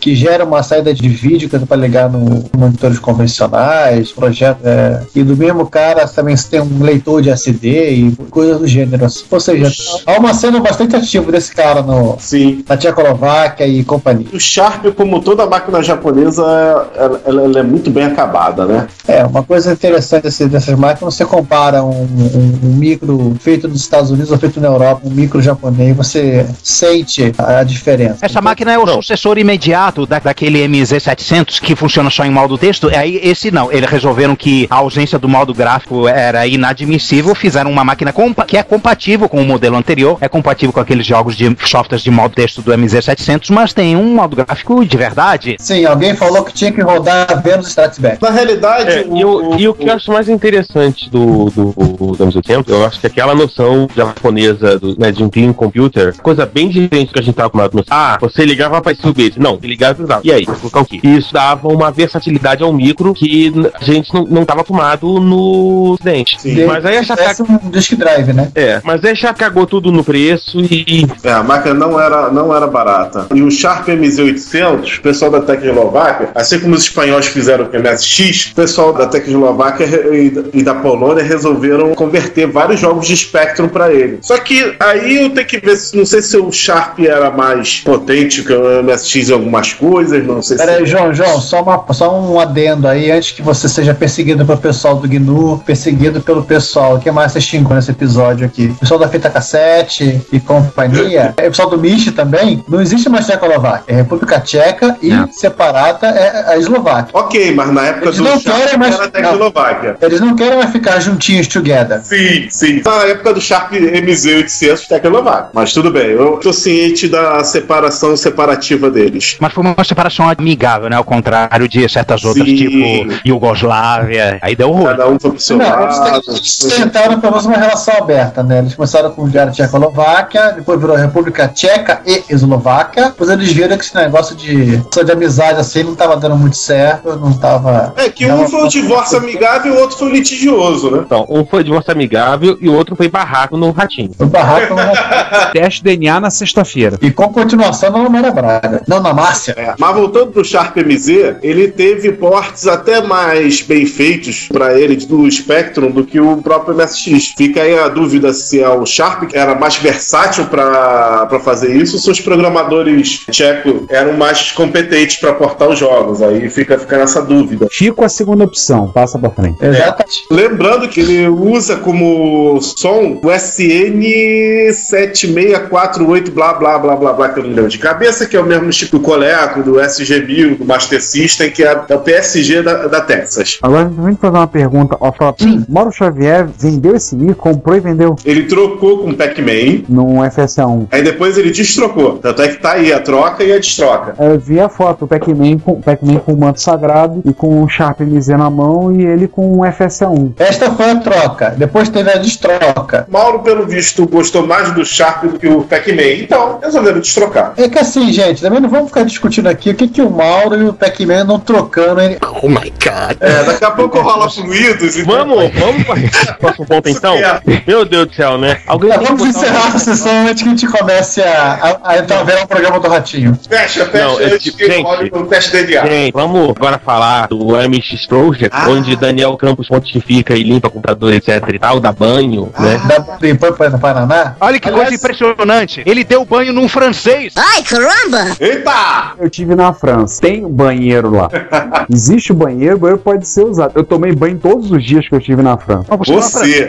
Speaker 1: que gera uma saída de vídeo que é pra ligar no monitores convencionais, projeto. é, e do mesmo cara também tem um leitor de SD e coisas do gênero. assim. Ou seja, há uma cena bastante ativa desse cara no,
Speaker 9: Sim.
Speaker 1: na Tchecoslováquia e companhia.
Speaker 9: O Sharp, como toda máquina japonesa, ela, ela- ela é muito bem acabada, né?
Speaker 1: É, uma coisa interessante desse- dessas máquinas, você compara um, um- um micro feito nos Estados Unidos ou feito na Europa, um micro japonês, você sente a diferença.
Speaker 4: Essa máquina é o sucessor imediato da, daquele MZ700 que funciona só em modo texto. Aí esse não, eles resolveram que a ausência do modo gráfico era inadmissível, fizeram uma máquina compa- que é compatível com o modelo anterior, é compatível com aqueles jogos de softwares de modo texto do MZ700, mas tem um modo gráfico de verdade.
Speaker 1: Sim, assim, alguém falou que tinha que rodar Venus Stratoback.
Speaker 9: Na realidade,
Speaker 5: É, e, o, e o que eu acho mais interessante do, do, do anos 80, eu acho que aquela noção japonesa do, né, de um clean computer, coisa bem diferente do que a gente tava acostumado. no- Ah, você ligava para subir. Não, você ligava e usava. E aí, vou colocar o quê? Isso dava uma versatilidade ao micro que n- a gente não, não tava acostumado no Ocidente. Mas aí a Chata-
Speaker 1: Parece um disk drive, né?
Speaker 5: É, mas aí já cagou tudo no preço e.
Speaker 9: É, a máquina não era, não era barata. E o Sharp MZ800, o pessoal da Tecnolováquia, assim como os espanhóis fizeram com o MSX, o pessoal da Tecnolováquia re- e da- e da Polônia resolveram converter vários jogos de Spectrum pra ele. Só que aí eu tenho que ver, se- não sei se o Sharp era mais potente que o MSX em algumas coisas, não sei
Speaker 1: Peraí,
Speaker 9: se...
Speaker 1: João, João, só, uma- só um adendo aí, antes que você seja perseguido pelo pessoal do GNU, perseguido pelo pessoal, que mais você xingou nesse episódio aqui? O pessoal da fita cassete e companhia, é, o pessoal do MIST também, não existe mais Tchecoslováquia, é República Tcheca e separada é a Eslováquia.
Speaker 9: Ok, mas na época
Speaker 1: Eles
Speaker 9: do
Speaker 1: não
Speaker 9: Sharp
Speaker 1: querem mais-
Speaker 9: era a Tecnolováquia.
Speaker 1: Eles não querem mais ficar juntinhos together.
Speaker 9: Sim, sim. Tá Na época do Sharp MZ800, Tecnovac. Mas tudo bem, eu tô ciente da separação separativa deles.
Speaker 4: Mas foi uma separação amigável, né? Ao contrário de certas outras,
Speaker 9: Sim.
Speaker 4: tipo Iugoslávia. Aí deu ruim.
Speaker 9: Cada um foi pro seu
Speaker 1: Não, tá eles te- eles tentaram pelo menos uma relação aberta, né? Eles começaram com o Diário Tchecoslováquia, depois virou República Tcheca e Eslováquia. Depois eles viram que esse negócio de, só de amizade assim não tava dando muito certo, não tava.
Speaker 9: É que um foi um divórcio amigável e o outro foi um litigioso, né?
Speaker 5: Então, um foi divórcio amigável e o outro foi barraco no ratinho.
Speaker 1: O barraco
Speaker 14: Teste DNA na sexta-feira.
Speaker 1: E com continuação na Maria Braga. Não, na Márcia.
Speaker 9: É, Mas voltando pro Sharp MZ, ele teve portes até mais bem feitos pra ele do Spectrum do que o próprio MSX. Fica aí a dúvida se é o Sharp que era mais versátil pra pra fazer isso, ou se os programadores tcheco eram mais competentes pra portar os jogos. Aí fica, fica nessa dúvida.
Speaker 2: Fico a segunda opção, passa pra frente.
Speaker 1: Exatamente.
Speaker 9: Lembrando que ele usa como som o SN7648 blá blá blá blá blá que eu não lembro de cabeça, que é o mesmo tipo do Coleco, do SG1000, do Master System, que é é o PSG da, da Texas.
Speaker 2: Agora a gente fazer uma pergunta. Ó, fala, Mauro Xavier vendeu esse micro, comprou e vendeu
Speaker 9: Ele trocou com o Pac-Man,
Speaker 2: num FSA1.
Speaker 9: aí depois ele destrocou. Tanto é que tá aí a troca e a destroca.
Speaker 2: Eu vi a foto, o Pac-Man com, Pac-Man com o manto sagrado e com o Sharp MZ na mão e ele com um FSA1.
Speaker 1: Esta foi a troca, depois teve a destroca.
Speaker 9: Mauro, pelo visto, gostou mais do Sharp do que o Pac-Man, então resolveram destrocar.
Speaker 1: É que assim, gente, também não vamos ficar discutindo aqui o que, que o Mauro e o Pac-Man não trocando. Ele...
Speaker 9: Oh my god. É, daqui a pouco rola fluidos então e.
Speaker 5: Vamos, vamos para o próximo ponto então? Meu Deus do céu, né? Alguém
Speaker 1: Tá,
Speaker 5: tem que
Speaker 1: vamos
Speaker 5: botar um-
Speaker 1: encerrar a sessão antes que a gente comece a, a, a entrar ver o programa do Ratinho.
Speaker 9: Fecha, fecha
Speaker 5: Não, é
Speaker 9: antes
Speaker 5: tipo,
Speaker 9: que
Speaker 5: gente,
Speaker 9: role o teste DNA.
Speaker 5: Gente, vamos agora falar do MX Project, onde Daniel Campos pontifica e limpa computador, etc e tal, dá banho, né?
Speaker 1: Da, depois para Paraná.
Speaker 4: Olha que coisa impressionante. Ele deu banho num francês.
Speaker 15: Ai, caramba! Caramba!
Speaker 9: Eita!
Speaker 2: Eu tive na França. Tem um banheiro lá. Existe o banheiro, o banheiro pode ser usado. Eu tomei banho todos os dias que eu tive na França.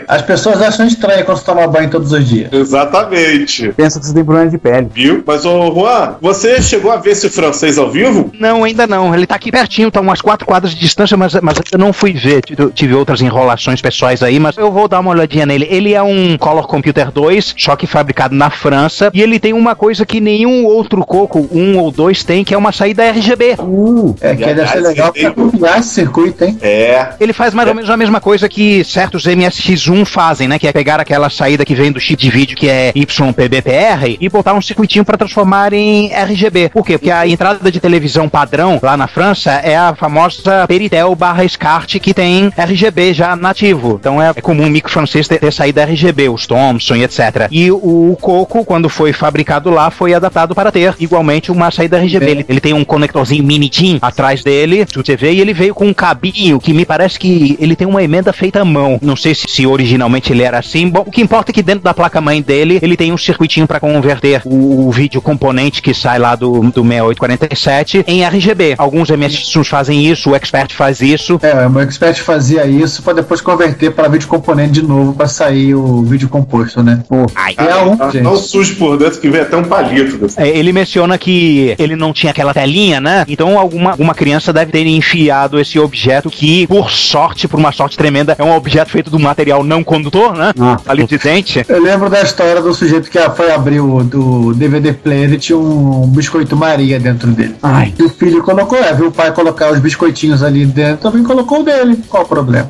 Speaker 1: As pessoas acham estranho quando você toma banho todos os dias.
Speaker 9: Exatamente.
Speaker 2: Pensa que você tem problema de pele.
Speaker 9: Viu? Mas, ô Juan, você chegou a ver esse francês ao vivo?
Speaker 4: Não, ainda não. Ele tá aqui pertinho, tá umas quatro quadras de distância, mas, mas eu não fui ver. Tive, tive outras enrolações pessoais aí, mas eu vou dar uma olhadinha nele. Ele é um Color Computer 2, só que fabricado na França, e ele tem uma coisa que nenhum outro coco, um ou dois, tem, que é uma saída RGB.
Speaker 1: é, que deve ser legal pra combinar esse circuito, hein?
Speaker 9: É.
Speaker 4: Ele faz mais ou menos a mesma coisa que certos MSX1 fazem, né? Que é pegar aquela saída que vem do chip de vídeo que é YPBPR e botar um circuitinho pra transformar em RGB. Por quê? Porque a entrada de televisão padrão lá na França é a famosa Peritel barra SCART que tem RGB já nativo. Então é, é comum o micro francês ter, ter saída RGB, os Thomson e etc. E o Coco, quando foi fabricado lá, foi adaptado para ter igualmente uma saída RGB. Ele, ele tem um conectorzinho mini TIM atrás dele, do TV, e ele veio com um cabinho que me parece que ele tem uma emenda feita à mão. Não sei se, se originalmente ele era assim. Bom, o que importa é que dentro da placa-mãe dele, ele tem um circuitinho para converter o, o vídeo componente que sai lá do, do 6847 em RGB. Alguns MSX fazem isso, o Expert faz isso.
Speaker 1: É, o meu expert fazia isso pra depois converter pra vídeo componente de novo pra sair o vídeo composto, né? Pô, é
Speaker 9: Ah,
Speaker 1: um,
Speaker 9: tá
Speaker 1: gente.
Speaker 9: tão sujo por dentro que vem até um palito. desse.
Speaker 4: É, ele menciona que ele não tinha aquela telinha, né? Então alguma, alguma criança deve ter enfiado esse objeto que, por sorte, por uma sorte tremenda, é um objeto feito de um material não condutor, né? Palito de dente.
Speaker 1: Eu lembro da história do sujeito que ah, foi abrir o do DVD player e tinha um biscoito Maria dentro dele. Ai. E o filho colocou, é, viu o pai colocar os biscoitinhos ali dentro, também colocou o dele. Qual o problema?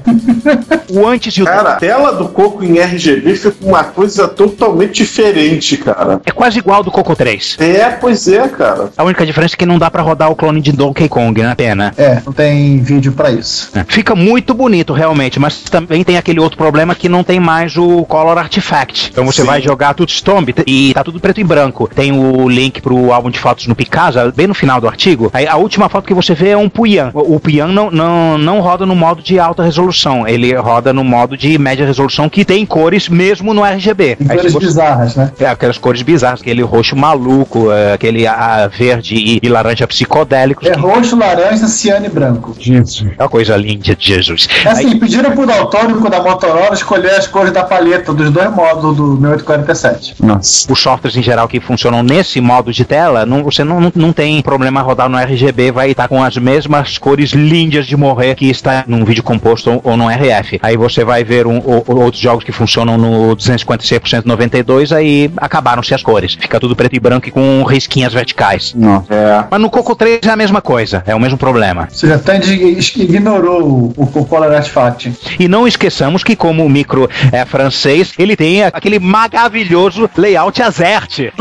Speaker 4: o antes e o
Speaker 9: Cara, a tela do Coco em RGB fica uma coisa totalmente diferente, cara.
Speaker 4: É quase igual ao do Coco 3.
Speaker 9: É, pois é, cara.
Speaker 4: A única diferença é que não dá pra rodar o clone de Donkey Kong, né? Pena.
Speaker 1: É, não tem vídeo pra isso.
Speaker 4: né? Fica muito bonito, realmente, mas também tem aquele outro problema que não tem mais o Color Artifact. Então você
Speaker 9: Sim.
Speaker 4: vai jogar tudo Stomp e tá tudo preto e branco. Tem o link pro álbum de fotos no Picasa, bem no final do artigo. Aí a última foto que você vê é um Puyan. O o Puyan não, não, não roda no modo de alta resolução, ele roda no modo de média resolução que tem cores mesmo no RGB. Aí se
Speaker 1: Cores
Speaker 4: você-
Speaker 1: bizarras, né?
Speaker 4: é, aquelas cores bizarras, aquele roxo maluco, é, aquele ah, verde e, e laranja psicodélicos.
Speaker 1: É roxo, laranja, ciano e branco.
Speaker 4: Jesus. É uma coisa linda de Jesus.
Speaker 1: É assim, pediram pro daltônico da Motorola escolher as cores da paleta dos dois modos do 6847.
Speaker 4: Nossa. Os softwares em geral que funcionam nesse modo de tela, não- você não, não, não tem problema rodar no RGB, vai estar com as mesmas cores lindas de morrer que está num vídeo composto ou, ou no RF. Aí você vai ver um, ou- ou outros jogos que funcionam no 256 por 192, aí acabaram-se as cores. Fica tudo preto e branco e com risquinhas verticais.
Speaker 2: Nossa.
Speaker 4: Mas no Coco 3 é a mesma coisa, é o mesmo problema.
Speaker 1: Você já tá de- ignorou o, o Color Artifact.
Speaker 4: E não esqueçamos que, como o micro é francês, ele tem aquele maravilhoso layout Azerte.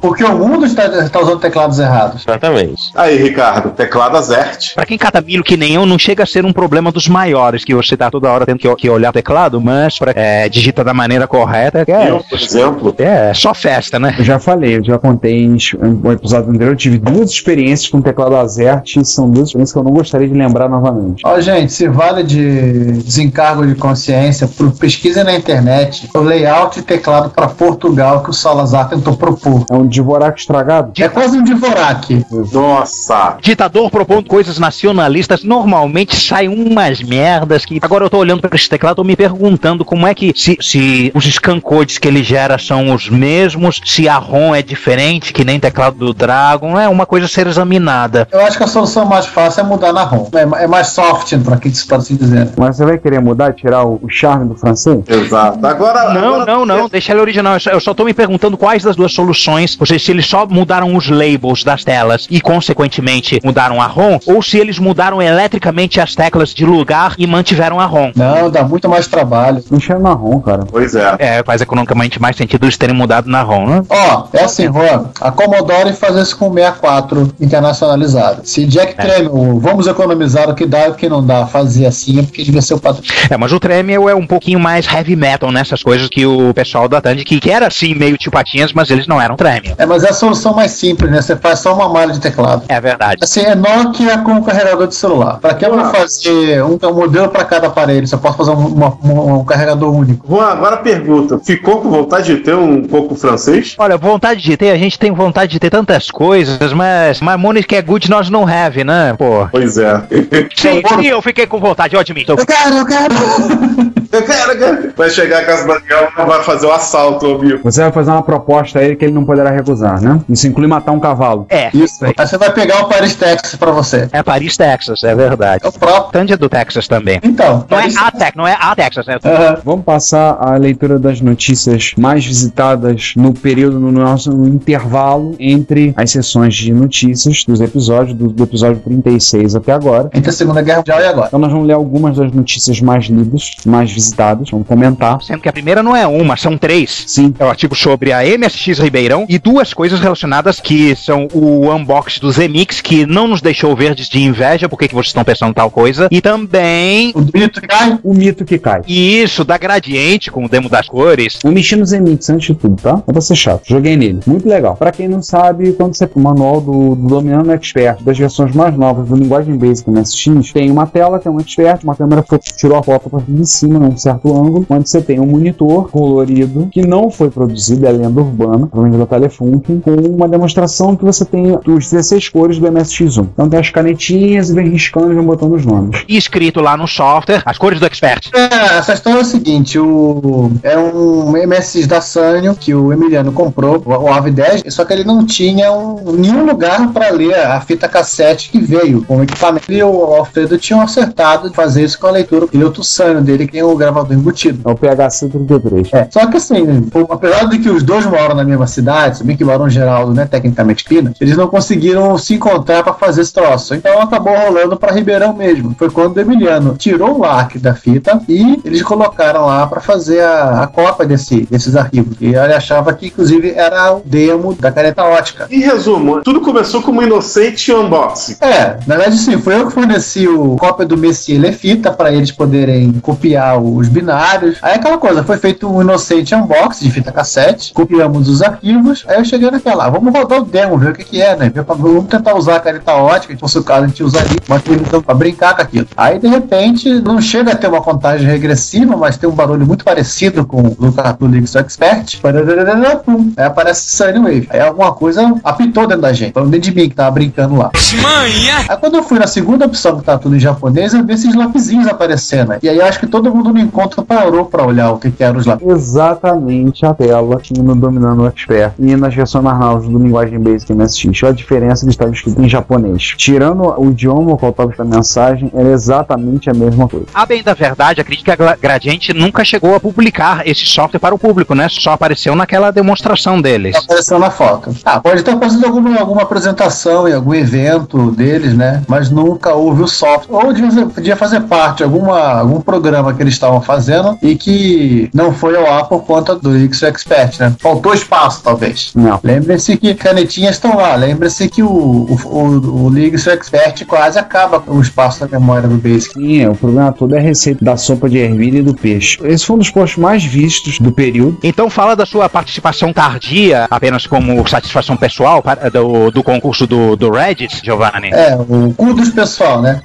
Speaker 1: Porque o mundo está, está usando teclados errados.
Speaker 5: Exatamente.
Speaker 9: Aí, Ricardo, teclado azerte.
Speaker 4: Pra quem cata milho que nem eu, não chega a ser um problema dos maiores, que você tá toda hora tendo que, que olhar o teclado, mas pra, é, digita da maneira correta. que É,
Speaker 9: Eu, por exemplo.
Speaker 4: É, só festa, né?
Speaker 2: Eu já falei, eu já contei em um episódio anterior, eu tive duas experiências com teclado Azerte, e são duas experiências que eu não gostaria de lembrar novamente.
Speaker 1: Ó, gente, se vale de desencargo de consciência, por pesquisa na internet, o layout e teclado para Portugal que o Salazar tentou propor.
Speaker 2: É um Dvorak estragado?
Speaker 1: É quase um Dvorak.
Speaker 9: Nossa!
Speaker 4: Ditador propondo coisas nacionalistas, normalmente saem umas merdas que. Agora eu tô olhando pra esse teclado, tô me perguntando como é que. Se, se os scancodes que ele gera são os mesmos, se a ROM é diferente, que nem teclado do Dragon, é uma coisa a ser examinada.
Speaker 1: Eu acho que a solução mais fácil é mudar na ROM. É, é mais soft, para quem está assim dizendo.
Speaker 2: Mas você vai querer mudar e tirar o, o charme do francês?
Speaker 9: Exato. Agora.
Speaker 4: Não, não, não. Deixa ele original. Eu só, eu só tô me perguntando quais das duas soluções, ou seja, se eles só mudaram os labels das telas e, consequentemente, mudaram a ROM, ou se eles mudaram eletricamente as teclas de lugar e mantiveram a ROM.
Speaker 1: Não, dá muito mais trabalho.
Speaker 2: Não chama marrom, cara.
Speaker 9: Pois é.
Speaker 4: É, faz economicamente mais sentido eles terem mudado na ROM, né?
Speaker 1: Ó, é assim, Juan, a Commodore faz isso com o 64 internacionalizado. Se Jack Tramiel, vamos economizar o que dá e o que não dá, fazer assim é porque devia ser o padrão.
Speaker 4: É, mas o Tremel é um pouquinho mais heavy metal nessas coisas que o pessoal da Tandy, que, que era assim meio tio Patinhas, mas eles não eram Tremel.
Speaker 1: É, mas é a solução mais simples, né? Você faz só uma malha de teclado.
Speaker 4: É verdade.
Speaker 1: Assim, é Nokia com o carregador de celular. Pra que eu vou fazer um, um modelo pra cada aparelho? Se eu posso fazer um, uma- um- um carregador único?
Speaker 9: Juan, agora pergunta: ficou com vontade de ter um coco francês?
Speaker 4: Olha, vontade de ter, a gente tem vontade pode ter tantas coisas, mas mas money que é good nós não have, né? Pô.
Speaker 9: Pois é.
Speaker 4: Sim, sim, eu fiquei com vontade, eu admito.
Speaker 11: quero, eu quero.
Speaker 9: Eu quero, eu quero. Vai chegar a casa do Daniel e vai fazer o assalto, amigo.
Speaker 2: Você vai fazer uma proposta a ele que ele não poderá recusar, né? Isso inclui matar um cavalo.
Speaker 4: É.
Speaker 1: Isso aí. Aí você vai pegar o Paris, Texas pra você.
Speaker 4: É Paris, Texas, é verdade. É o próprio. Tandy é do Texas também.
Speaker 1: Então.
Speaker 4: Não é a Texas, não é a Texas, né?
Speaker 2: Vamos passar à leitura das notícias mais visitadas no período, no nosso intervalo entre as sessões de notícias dos episódios, do, do episódio 36 até agora.
Speaker 1: Entre a Segunda Guerra Mundial e agora.
Speaker 2: Então nós vamos ler algumas das notícias mais lidas, mais visitadas, vamos comentar.
Speaker 4: Sendo que a primeira não é uma, são três.
Speaker 2: Sim.
Speaker 4: É o artigo sobre a MSX Ribeirão e duas coisas relacionadas que são o unbox do Zemix, que não nos deixou verdes de inveja, porque que vocês estão pensando tal coisa, e também...
Speaker 1: O mito que cai?
Speaker 2: O mito que cai.
Speaker 4: E isso, da Gradiente, com o demo das cores.
Speaker 2: O Michino Zemix, antes de tudo, tá? Não pra ser chato. Joguei nele. Muito legal. Pra quem não sabe, quando você. O manual do, do Dominando um Expert, das versões mais novas do Linguagem Basic MSX, tem uma tela, tem um expert, uma câmera foi, tirou a foto pra de cima, num certo ângulo, onde você tem um monitor colorido, que não foi produzido, é lenda urbana, provavelmente da Telefunken, com uma demonstração que você tem os 16 cores do MSX1. Então tem as canetinhas e vem riscando e vem botando os nomes.
Speaker 4: E escrito lá no software, as cores do Expert.
Speaker 1: É, essa história é o seguinte: o, é um MSX da Sanyo que o Emiliano comprou, o AV10, só que ele não tinha um- nenhum lugar para ler a fita cassete que veio com o equipamento. E o Alfredo tinha acertado de fazer isso com a leitura do outro Sanyo dele, que é o gravador embutido.
Speaker 2: É o PHC33.
Speaker 1: É, só que assim, o- apesar de que os dois moram na mesma cidade, se bem que o Barão Geraldo, né, tecnicamente Pina, eles não conseguiram se encontrar pra fazer esse troço. Então acabou rolando pra Ribeirão mesmo. Foi quando o Emiliano tirou o lacre da fita e eles colocaram lá pra fazer a, a cópia desse, desses arquivos. E ele achava que, inclusive, era o demo da caneta ótica.
Speaker 9: Em resumo, tudo começou como um inocente unboxing.
Speaker 1: É, na verdade sim, foi eu que forneci o cópia do Messier Lefita para eles poderem copiar os binários. Aí aquela coisa, foi feito um inocente unboxing de fita cassete, copiamos os arquivos, aí eu cheguei naquela, ah, vamos rodar o demo, ver o que que é, né? Ver pra- Vamos tentar usar a caneta ótica, se fosse o caso a gente usaria uma televisão pra brincar com aquilo. Aí de repente, não chega a ter uma contagem regressiva, mas tem um barulho muito parecido com o do Cartoon Linux Expert. Parararara, pum. Aí aparece Sunny Wave. Aí alguma coisa apitou dentro da gente, foi dentro de mim que tava brincando lá. Aí quando eu fui na segunda opção que tá tudo em japonês, eu vi esses lapisinhos aparecendo. E aí eu acho que todo mundo no encontro parou pra olhar o que, que eram os lapisinhos.
Speaker 2: Exatamente a tela que no Dominando o Expert e nas versões mais novas do Linguagem Basic MSX. Olha a diferença que estava escrito em japonês. Tirando o idioma qual estava escrito a mensagem, era exatamente a mesma coisa.
Speaker 4: A bem da verdade, acredito que a Gra- Gradiente nunca chegou a publicar esse software para o público, né? Só apareceu naquela demonstração deles.
Speaker 1: Apareceu na foto. Ah, pode ter aparecido alguma, alguma apresentação em algum evento deles, né? Mas nunca houve o software. Ou devia, podia fazer parte de alguma, algum programa que eles estavam fazendo e que não foi ao ar por conta do X Expert, né? Faltou espaço, talvez.
Speaker 2: Não.
Speaker 1: Lembre-se que canetinhas estão lá. Lembre-se que o, o, o, o Linux Expert quase acaba com o espaço da memória do Basic.
Speaker 2: Sim, é, o problema todo é a receita da sopa de ervilha e do peixe. Esse foi um dos posts mais vistos do período.
Speaker 4: Então fala da sua participação tardia, apenas como satisfação pessoal para- do, do concurso do, do Reddit, Giovanni.
Speaker 1: É, o cu dos pessoal, né?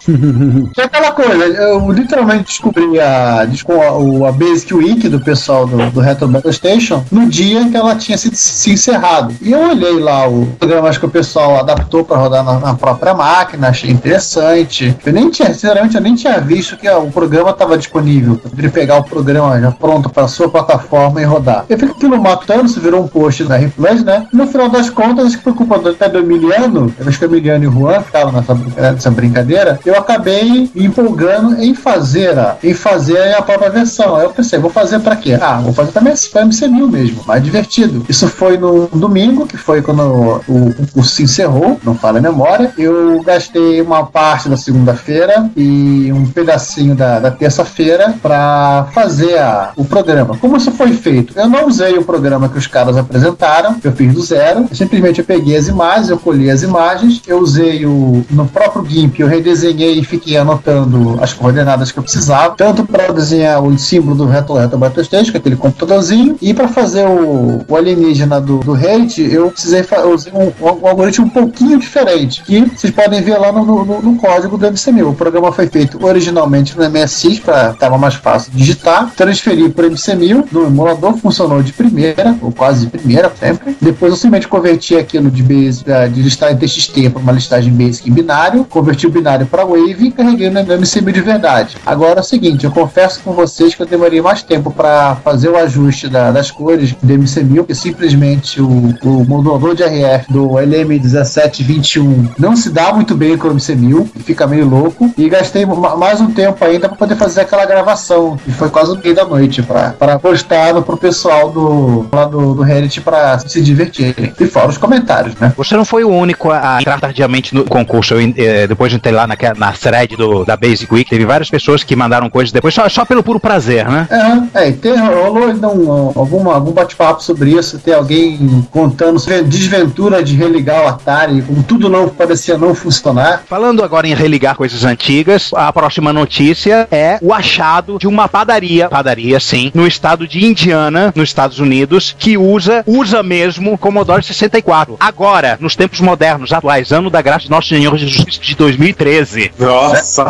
Speaker 1: Que é aquela coisa, eu literalmente descobri a, desco- o- a Basic Week do pessoal do, do Retro Battle Station no dia em que ela tinha se, se encerrado. E eu olhei lá o programa que o pessoal adaptou pra rodar na, na própria máquina, achei interessante. Eu nem tinha, sinceramente, eu nem tinha visto que ó, o programa estava disponível. Eu poderia pegar o programa já pronto pra sua plataforma e rodar. Eu fico aquilo matando, isso virou um post na Replays, né? No final das contas, acho que foi culpa do, até do Emiliano, eu acho que o Emiliano e o Juan ficavam nessa, brinca- nessa brincadeira, eu acabei me empolgando em fazer a, em fazer a própria versão. Aí eu pensei, vou fazer pra quê? Ah, vou fazer também pra MC1000 mesmo, mais divertido. Isso foi no domingo, que foi quando o, o concurso se encerrou, não fala a memória. Eu gastei uma parte da segunda-feira e um pedacinho da, da terça-feira pra fazer a- o programa. Como isso foi feito? Eu não usei o programa que os caras apresentaram, eu fiz do zero. Eu simplesmente eu peguei as imagens, eu colhi as imagens, eu usei o no próprio GIMP, eu redesenhei e fiquei anotando as coordenadas que eu precisava, tanto para desenhar o símbolo do Reto Reto Battle Station, que é aquele computadorzinho, e para fazer o, o alienígena do, do hate, eu precisei fa- eu usei um, um algoritmo um pouquinho diferente, que vocês podem ver lá no, no- no- no código do MC1000. O programa foi feito originalmente no MSX, para tava mais fácil de digitar, transferi para o MC1000, no emulador funcionou de primeira, ou quase de primeira sempre, depois eu simplesmente converti aquilo de, base, da- de listagem TXT para uma listagem basic em binário, converti o binário para Wave e carreguei no MCB de verdade. Agora é o seguinte, eu confesso com vocês que eu demorei mais tempo para fazer o ajuste da- das cores do MCB, porque simplesmente o, o modulador de RF do LM1721 não se dá muito bem com o MC1000, fica meio louco. E gastei ma- mais um tempo ainda para poder fazer aquela gravação, que foi quase no meio da noite, para postar no- pro pessoal do, lá do, do Reddit para se divertirem. E fora os comentários, né?
Speaker 4: Você não foi o único a entrar tardiamente no concurso. Eu, eh, depois de entrar lá naquela- na thread do, da Basic Week, teve várias pessoas que mandaram coisas depois só, só pelo puro prazer, né?
Speaker 1: É, é e tem, rolou ainda um, alguma, algum bate-papo sobre isso, tem alguém contando sobre a desventura de religar o Atari, como tudo não parecia não funcionar.
Speaker 4: Falando agora em religar coisas antigas, a próxima notícia é o achado de uma padaria, padaria sim, no estado de Indiana, nos Estados Unidos, que usa, usa mesmo Commodore 64. Agora, nos tempos modernos, atuais, ano da graça de Nosso Senhor Jesus Cristo de 2013.
Speaker 9: Nossa!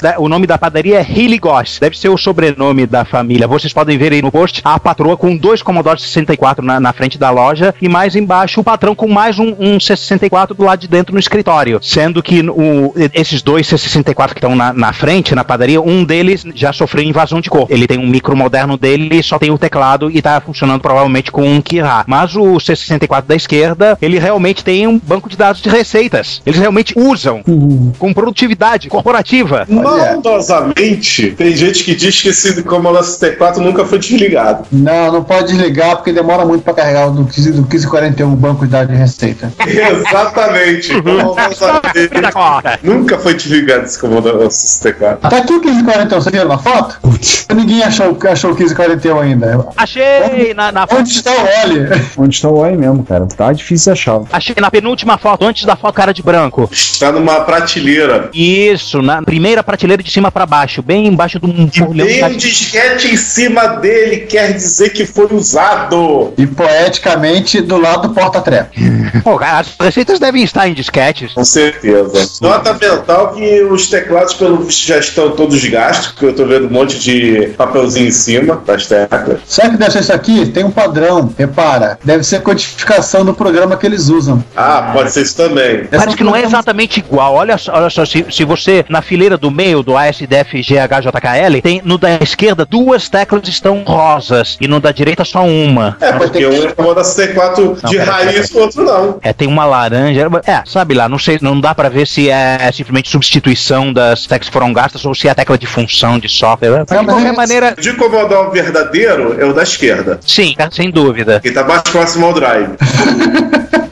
Speaker 4: Da- O nome da padaria é Hilly Goss. Deve ser o sobrenome da família. Vocês podem ver aí no post a patroa com dois Commodore 64 na, na frente da loja e mais embaixo o patrão com mais um, um C64 do lado de dentro no escritório. Sendo que o- esses dois C64 que estão na, na frente, na padaria, um deles já sofreu invasão de cor. Ele tem um micro moderno dele, só tem o teclado e tá funcionando provavelmente com um Kira. Mas o C64 da esquerda, ele realmente tem um banco de dados de receitas. Eles realmente usam com produtividade corporativa.
Speaker 9: Maldosamente, tem gente que diz que esse Commodore 64 nunca foi desligado.
Speaker 1: Não, não pode desligar porque demora muito para carregar o do 15 do 1541 banco de dados de receita.
Speaker 9: Exatamente. Maldosamente. nunca foi desligado esse Commodore 64.
Speaker 1: Tá aqui o 1541, você viu na foto? Ninguém achou, achou o 1541 ainda.
Speaker 4: Achei na, na
Speaker 1: Onde está o Oli?
Speaker 2: Onde está o Oi mesmo, cara? Tá difícil achar.
Speaker 4: Achei na penúltima foto, antes da foto cara de branco.
Speaker 9: Está Tá numa prateleira.
Speaker 4: Isso, na primeira prateleira de cima pra baixo, bem embaixo de um fornil de
Speaker 9: Tem um
Speaker 4: caixa-
Speaker 9: disquete em cima dele, quer dizer que foi usado.
Speaker 1: E poeticamente do lado do porta-treco.
Speaker 4: Pô, cara, as receitas devem estar em disquetes.
Speaker 9: Com certeza. Nota mental que os teclados, pelo visto, já estão todos gastos, porque eu tô vendo um monte de papelzinho em cima das teclas.
Speaker 1: Será que deve ser isso aqui? Tem um padrão, repara. Deve ser a codificação do programa que eles usam.
Speaker 9: Ah, pode ser isso também.
Speaker 4: Parece que não é exatamente igual. Olha só, olha só se, se você, na fileira do meio do ASDFGHJKL, tem no da esquerda duas teclas estão rosas e no da direita só uma.
Speaker 9: É, porque um é Commodore 64 de
Speaker 4: Não, pera,
Speaker 9: raiz, o
Speaker 4: pera.
Speaker 9: outro não.
Speaker 4: É, tem uma laranja. É, sabe lá, não sei, não dá pra ver se é simplesmente substituição das teclas que foram gastas ou se é a tecla de função de software.
Speaker 9: de qualquer maneira. De Commodore verdadeiro é o da esquerda.
Speaker 4: Sim, é, sem dúvida.
Speaker 9: Que tá mais próximo ao drive.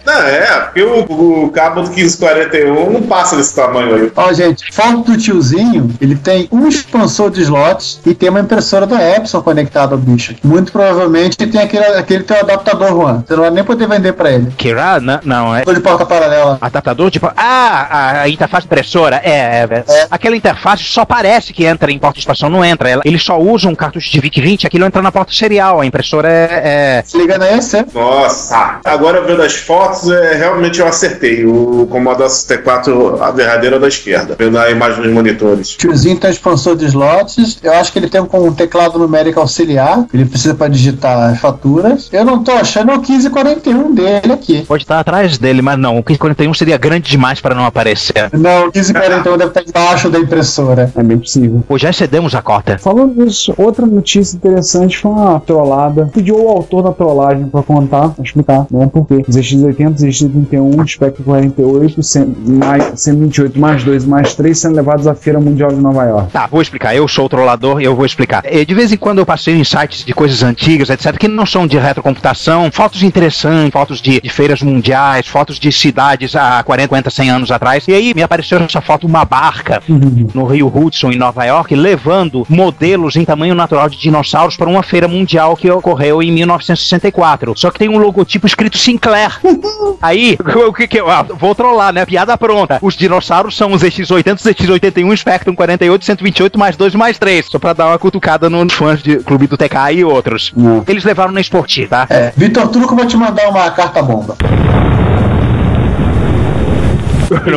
Speaker 9: não, é, porque o, o cabo do 1541 não passa desse tamanho aí.
Speaker 1: Ó, gente, foto do tiozinho, ele tem um expansor de slots e tem uma impressora da Epson conectada ao bicho. Muito provavelmente tem aquele, aquele teu adaptador, Juan. Você não vai nem poder vender pra ele.
Speaker 4: Kira? Não, não é.
Speaker 1: de porta paralela.
Speaker 4: Adaptador de. por- Ah, a, a interface impressora? É, é, é. Aquela interface só parece que entra em porta de expansão, não entra. Ela, ele só usa um cartucho de VIC-20, aquilo entra na porta serial. A impressora é. é...
Speaker 1: Se liga na EC.
Speaker 9: Nossa, agora vendo as fotos, é, realmente eu acertei. O Commodore 64, a verdadeira é da esquerda, vendo a imagem dos monitores.
Speaker 1: Tiozinho tem um expansor de slots. Eu acho que ele tem um, com um teclado numérico auxiliar. Ele precisa pra digitar as faturas. Eu não tô achando o 1541 dele aqui.
Speaker 4: Pode estar atrás dele, mas não. O 1541 seria grande demais para não aparecer.
Speaker 1: Não, o 1541 deve estar embaixo da impressora.
Speaker 2: É bem possível.
Speaker 4: Pô, já cedemos a cota.
Speaker 2: Falando nisso, outra notícia interessante foi uma trollada. Pediu o autor da trollagem pra contar, pra explicar, né? Por quê? ZX80, ZX31, Spectrum 48, 100, mais, 128, mais 2, mais 3 sendo levados à Feira Mundial de Nova York.
Speaker 4: Tá, vou explicar. Eu sou o trollador, eu vou explicar. Eh, De vez em quando eu passeio em sites de coisas antigas, etc., que não são de retrocomputação, fotos interessantes, fotos de, de feiras mundiais, fotos de cidades há 40, 50, 100 anos atrás. E aí me apareceu essa foto uma barca no Rio Hudson, em Nova York, levando modelos em tamanho natural de dinossauros para uma feira mundial que ocorreu em 1964. Só que tem um logotipo escrito Sinclair. Aí, o que que eu. ah, vou trollar, né? Piada pronta. Os dinossauros são os X80, X81, Spectrum 48, 128, mais 2 mais 3. Só pra dar uma cutucada nos fãs de Clube do TK e outros. Eles levaram na Sporti, tá?
Speaker 1: É, Vitor Truco vai te mandar uma carta bomba.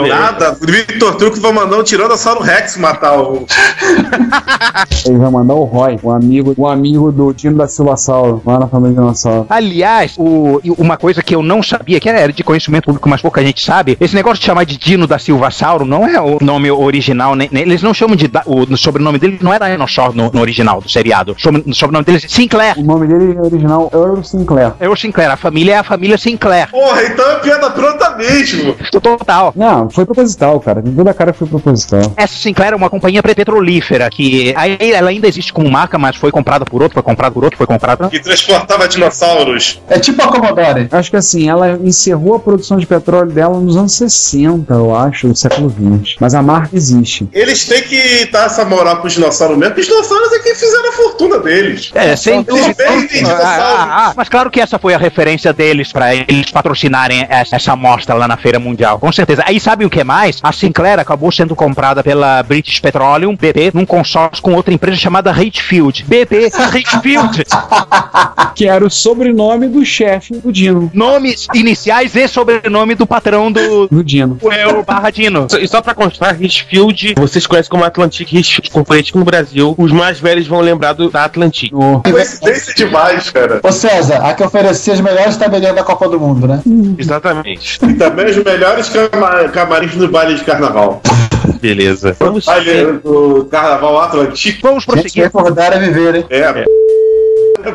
Speaker 9: Nada. Victor Truco vai mandar um Tiranossauro Rex matar o.
Speaker 2: Ele vai mandar o Roy, um amigo, um amigo do Dino da Silva Sauro, lá na família Dinossauro.
Speaker 4: Aliás, o- e uma coisa que eu não sabia, que era de conhecimento público, mas pouca gente sabe, esse negócio de chamar de Dino da Silva Sauro não é o nome original, nem, nem- eles não chamam de. da- o sobrenome dele não era Dinossauro no, no original do seriado. Sobre- O sobrenome dele é Sinclair.
Speaker 2: O nome dele é original Earl Sinclair.
Speaker 4: É o Sinclair, a família é a família Sinclair.
Speaker 9: Porra, então é piada pronta mesmo.
Speaker 4: Total.
Speaker 2: Não, foi proposital, cara. Tem toda a cara que foi proposital.
Speaker 4: Essa Sinclair é uma companhia petrolífera que aí ela ainda existe como marca, mas foi comprada por outro, foi comprada por outro, foi comprada.
Speaker 9: Que transportava dinossauros.
Speaker 2: É tipo a Commodore. Acho que assim, ela encerrou a produção de petróleo dela nos anos 60, eu acho, do século 20. Mas a marca existe.
Speaker 9: Eles têm que dar essa moral pros dinossauros mesmo, porque os dinossauros é que fizeram a fortuna deles.
Speaker 4: É, sem
Speaker 9: Eles
Speaker 4: dúvida.
Speaker 9: vendem
Speaker 4: Ah,
Speaker 9: dinossauros.
Speaker 4: ah, ah, mas claro que essa foi a referência deles pra eles patrocinarem essa, essa amostra lá na Feira Mundial, com certeza. Aí sabe o que mais? A Sinclair acabou sendo comprada pela British Petroleum, BP, num consórcio com outra empresa chamada Richfield. BP Richfield.
Speaker 2: que era o sobrenome do chefe do Dino.
Speaker 4: Nomes iniciais e sobrenome do patrão do,
Speaker 2: do Dino.
Speaker 4: Eu, barra Dino.
Speaker 5: E só pra constar, Richfield, vocês conhecem como Atlantic Richfield, concorrente com o Brasil. Os mais velhos vão lembrar do, da Atlantic.
Speaker 9: Coincidência demais, cara.
Speaker 1: Ô César, a que oferecia as melhores tabelinhas da Copa do Mundo, né?
Speaker 5: Exatamente.
Speaker 9: E também os melhores cama- camarins do baile de carnaval.
Speaker 5: Beleza. Vamos
Speaker 9: baile do carnaval Atlântico.
Speaker 4: Vamos
Speaker 9: prosseguir.
Speaker 1: recordar é viver, hein?
Speaker 9: É. é.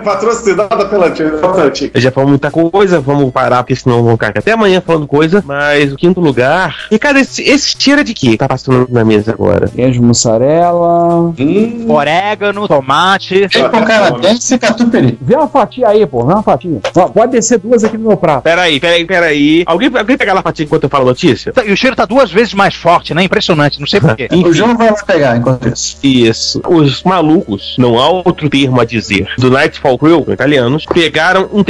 Speaker 9: Patrocinada pela Atlântico.
Speaker 5: Já falamos muita coisa, vamos parar, porque senão vão ficar até amanhã falando coisa. Mas o quinto lugar. E cara, esse, esse cheiro é de que tá passando na mesa agora?
Speaker 2: Queijo mussarela.
Speaker 9: Hum,
Speaker 4: Orégano, tomate.
Speaker 1: Bacon canadense e catupiry.
Speaker 2: Vê uma fatia aí, pô. Vê uma fatia. Ó, Pode descer duas aqui no meu prato.
Speaker 5: Peraí, peraí, peraí. Alguém, alguém pega lá pra enquanto eu falo a notícia?
Speaker 4: E o cheiro tá duas vezes mais forte, né? Impressionante, não sei porquê.
Speaker 5: Enfim.
Speaker 1: vai lá pegar enquanto isso.
Speaker 5: Isso. Os malucos, não há outro termo a dizer, do Nightfall Crew, italianos, pegaram um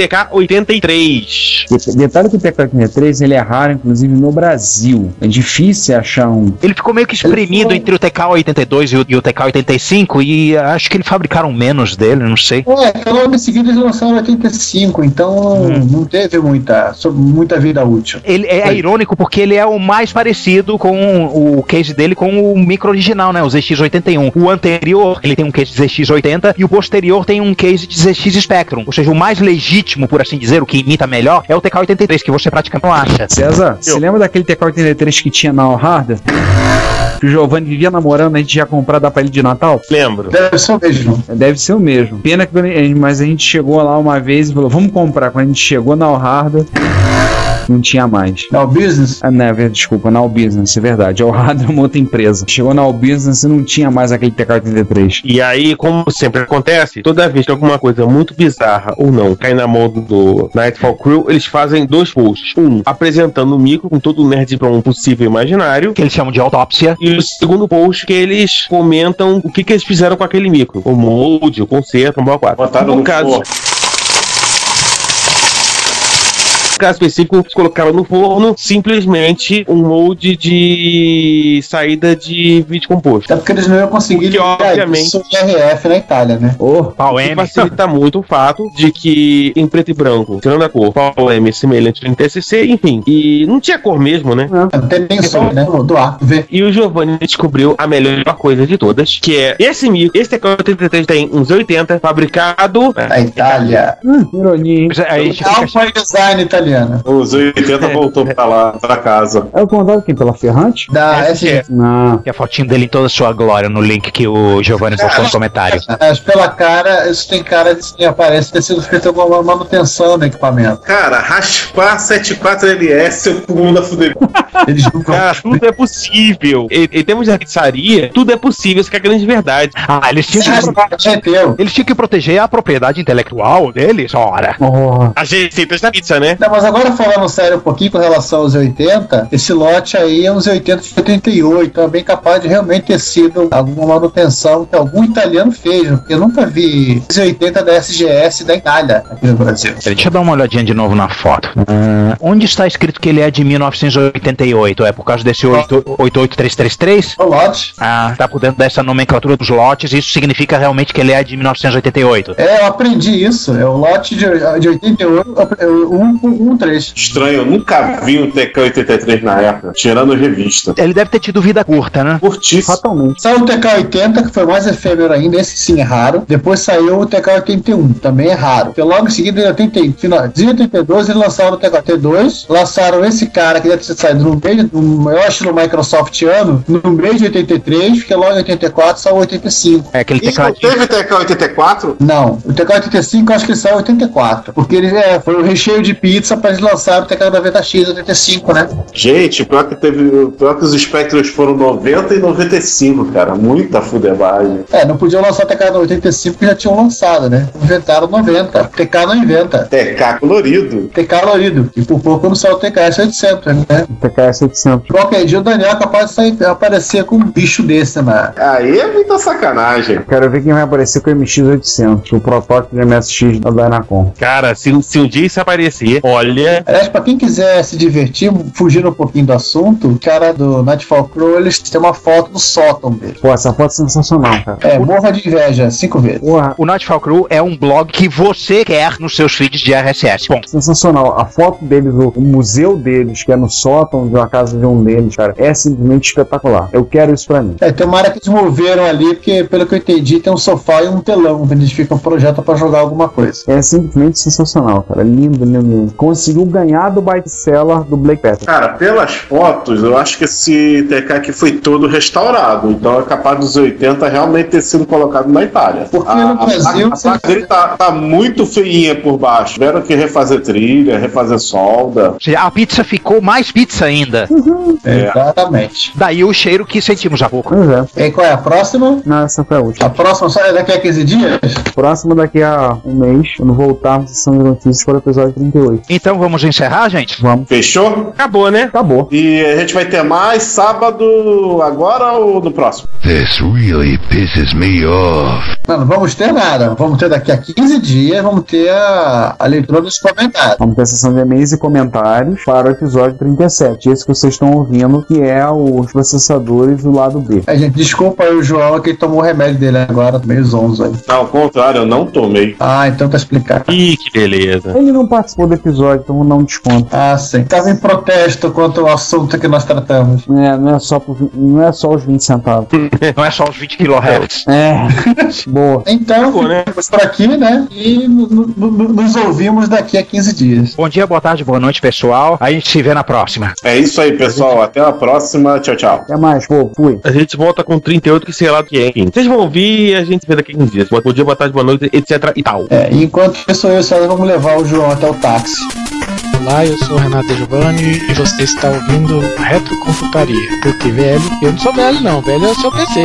Speaker 5: TK-83.
Speaker 2: Detalhe que o TK-83 ele é raro, inclusive no Brasil. É difícil achar um.
Speaker 4: Ele ficou meio que espremido entre o TK-82 e o, e o TK-85 e eh, acho que eles fabricaram menos dele, não sei.
Speaker 1: É, logo em seguida eles lançaram 85, então
Speaker 9: Hum.
Speaker 1: não teve muita, so- muita vida útil.
Speaker 4: Ele é,
Speaker 1: Foi.
Speaker 4: irônico porque ele é o mais parecido com o case dele com o micro original, né? O ZX81. O anterior, ele tem um case de ZX80 e o posterior tem um case de ZX Spectrum. Ou seja, o mais legítimo, por assim dizer, o que imita melhor, é o TK-83, que você praticamente não acha.
Speaker 2: César, você lembra daquele TK-83 que tinha na All Harder? Que o Giovanni vivia namorando, a gente tinha comprado pra ele de Natal?
Speaker 5: Lembro.
Speaker 1: Deve ser o mesmo.
Speaker 2: Deve ser o mesmo. Pena que quando a- mas a gente chegou lá uma vez e falou, vamos comprar. Quando a gente chegou na All Harder, não tinha mais.
Speaker 1: Na All Business?
Speaker 2: Ah, não, é ver- desculpa, na All Business, é verdade. A All Harder é uma outra empresa. Chegou na All Business e não tinha mais aquele TK-83.
Speaker 5: E aí, como sempre acontece, toda vez que alguma coisa muito bizarra ou não cai na mão do Nightfall Crew, eles fazem dois posts. Um apresentando o micro com todo o nerd para um possível imaginário.
Speaker 4: Que eles chamam de autópsia.
Speaker 5: E o segundo post que eles comentam o que, que eles fizeram com aquele micro. O molde, o conserto, um bloco
Speaker 9: Botaram no forno.
Speaker 5: caso específico, eles colocaram no forno simplesmente um molde de saída de vídeo composto.
Speaker 1: Até É porque eles não iam conseguir
Speaker 5: Que, obviamente,
Speaker 1: isso em RF na Itália, né?
Speaker 2: Oh,
Speaker 5: Pau
Speaker 4: Tipo
Speaker 5: M.
Speaker 4: assim,
Speaker 5: facilita muito o fato de que em preto e branco, tirando a cor, Pau M é semelhante ao TCC, enfim. E não tinha cor mesmo, né?
Speaker 1: Não tem nem som, né? Do A, V.
Speaker 5: E o Giovanni descobriu a melhor coisa de todas, que é esse micro, esse TK-83 tem uns 80, fabricado é,
Speaker 1: na Itália.
Speaker 2: Hum, ironia, hein?
Speaker 1: Alfa Design italiana.
Speaker 9: Os 80 voltou pra lá, pra casa.
Speaker 2: É o comandado quem? Pela Ferrante?
Speaker 5: É,
Speaker 1: Da
Speaker 5: assim,
Speaker 1: SG.
Speaker 2: Não.
Speaker 4: E a fotinho dele em toda a sua glória no link que o Giovanni postou no comentário.
Speaker 1: Mas pela cara, isso tem cara de sim, parece ter sido feita alguma manutenção do equipamento.
Speaker 9: Cara, raspar 74LS, eu com o mundo a fuder.
Speaker 1: Eles
Speaker 5: Cara, tudo é possível. Em, em termos de artiçaria, tudo é possível, isso que é a grande verdade.
Speaker 4: Ah, eles tinham
Speaker 1: é
Speaker 4: Eles tinham que proteger a propriedade intelectual deles, ora.
Speaker 5: As receitas da pizza, né?
Speaker 1: Não, mas agora falando sério um pouquinho com relação aos 80, esse lote aí é uns 80 de 88, então é bem capaz de realmente ter sido alguma manutenção que algum italiano fez, porque eu nunca vi os 80 da SGS da Itália aqui no Brasil.
Speaker 4: Peraí, Deixa eu dar uma olhadinha de novo na foto. Ah, onde está escrito que ele é de 1988? É por causa desse 8- 88333?
Speaker 1: O lote.
Speaker 4: Ah, tá por dentro dessa nomenclatura dos lotes. Isso significa realmente que ele é de 1988.
Speaker 1: É, eu aprendi isso. É o lote de, de 88, é o- é o um, um, um trecho.
Speaker 9: Estranho, eu nunca vi um TK-83 na época, tirando revista.
Speaker 4: Ele deve ter tido vida curta, né?
Speaker 9: Curtíssimo.
Speaker 1: Totalmente. Saiu o TK-80, que foi mais efêmero ainda, esse sim é raro. Depois saiu o TK-81, também é raro. Então, logo em seguida, em 80, finalzinho de 82, eles lançaram o TK-82, lançaram esse cara que deve ter saído no meio, no maior estilo Microsoftiano, no meio de 83, porque logo em 84 saiu o 85.
Speaker 4: É aquele
Speaker 9: E não
Speaker 4: tecladinho.
Speaker 9: teve TK-84?
Speaker 1: Não, o TK-85 eu acho que ele saiu em 84, porque ele é, foi o recheio de pizza para eles lançarem o TK-90X 85, né?
Speaker 9: Gente, pior que, teve, pior que os espectros foram 90 e 95, cara. Muita fuderagem.
Speaker 1: É, não podiam lançar o TK-85 porque já tinham lançado, né? Inventaram 90. TK não inventa.
Speaker 9: TK É colorido.
Speaker 1: TK colorido. E por pouco não saiu o TK-800, né?
Speaker 2: é TK-700.
Speaker 1: Qualquer dia o Daniel é capaz de sair, aparecer com um bicho desse, né?
Speaker 9: Aí é muita sacanagem.
Speaker 2: Quero ver quem vai aparecer com o MX800, o protótipo de MSX da Dynacon.
Speaker 5: Cara, se, se um dia isso aparecer, olha.
Speaker 1: Aliás, pra quem quiser se divertir, fugindo um pouquinho do assunto, o cara do Nightfall Crow, eles têm uma foto do sótão dele.
Speaker 2: Pô, essa foto é sensacional, cara.
Speaker 1: É, morra de inveja, cinco vezes.
Speaker 4: O Nightfall Crew é um blog que você quer nos seus feeds de RSS. Bom,
Speaker 2: Sensacional. A foto deles, o, o museu deles, que é no sótão de uma casa de um deles, cara, é simplesmente espetacular. Eu quero isso pra mim.
Speaker 1: É, tem uma área que eles moveram ali, porque pelo que eu entendi, tem um sofá e um telão, que eles ficam projeto pra jogar alguma coisa.
Speaker 2: É simplesmente sensacional, cara. É Lindo, lindo, lindo. Conseguiu ganhar do bike seller do Blake Patterson.
Speaker 9: Cara, pelas fotos, eu acho que esse TK aqui foi todo restaurado. Então é capaz dos 80 realmente ter sido colocado na Itália. Porque
Speaker 1: no Brasil,
Speaker 9: A, a, placa dele tá, tá muito feinha por baixo. Tiveram que refazer trilha, refazer solda.
Speaker 4: ou seja, a pizza ficou mais pizza ainda.
Speaker 9: É.
Speaker 1: Exatamente.
Speaker 4: Daí o cheiro que sentimos há pouco.
Speaker 2: Pois é.
Speaker 1: E aí, qual é a próxima?
Speaker 2: Não, essa foi a última.
Speaker 1: A próxima só é daqui a 15 dias?
Speaker 2: Próximo daqui a um mês, quando voltarmos à sessão de notícias para o episódio 38.
Speaker 4: Então vamos encerrar, gente?
Speaker 2: Vamos.
Speaker 9: Fechou?
Speaker 5: Acabou, né?
Speaker 2: Acabou.
Speaker 9: E a gente vai ter mais sábado agora ou no próximo?
Speaker 12: This really pisses me off.
Speaker 1: Não, não vamos ter nada. Vamos ter daqui a 15 dias, vamos ter a, a leitura dos comentários.
Speaker 2: Vamos ter a sessão de e-mails e comentários para o episódio 37. Esse que vocês estão ouvindo, que é os processadores do lado B.
Speaker 1: É, gente, desculpa aí o João que ele tomou o remédio dele agora, meio zonzo aí.
Speaker 9: Não, ao contrário, eu não tomei.
Speaker 1: Ah, então tá explicado.
Speaker 5: Ih, que beleza.
Speaker 2: Ele não participou do episódio, então vamos dar um desconto.
Speaker 1: Ah, sim. Tava em protesto contra o assunto que nós tratamos.
Speaker 2: É, não é só, pro- não é só os 20 centavos.
Speaker 4: Não é só os 20 kHz.
Speaker 2: É, boa.
Speaker 1: Então, ficamos por aqui, né? E no- no- no- nos ouvimos daqui a 15 dias.
Speaker 4: Bom dia, boa tarde, boa noite, pessoal. A gente se vê na próxima.
Speaker 9: É isso aí, pessoal. Até a próxima. Tchau, tchau.
Speaker 2: Até mais, pô, fui.
Speaker 5: A gente volta com 38, que sei lá o que é. Enfim, vocês vão ouvir e a gente vê daqui a 15 dias. Bom dia, boa tarde, boa noite, etc e tal.
Speaker 1: É, e enquanto isso, eu e a senhora vamos levar o João até o táxi.
Speaker 15: Olá, eu sou o Renato Giovanni e você está ouvindo Retrocomputaria. Porque velho, eu não sou velho não, velho é o seu PC.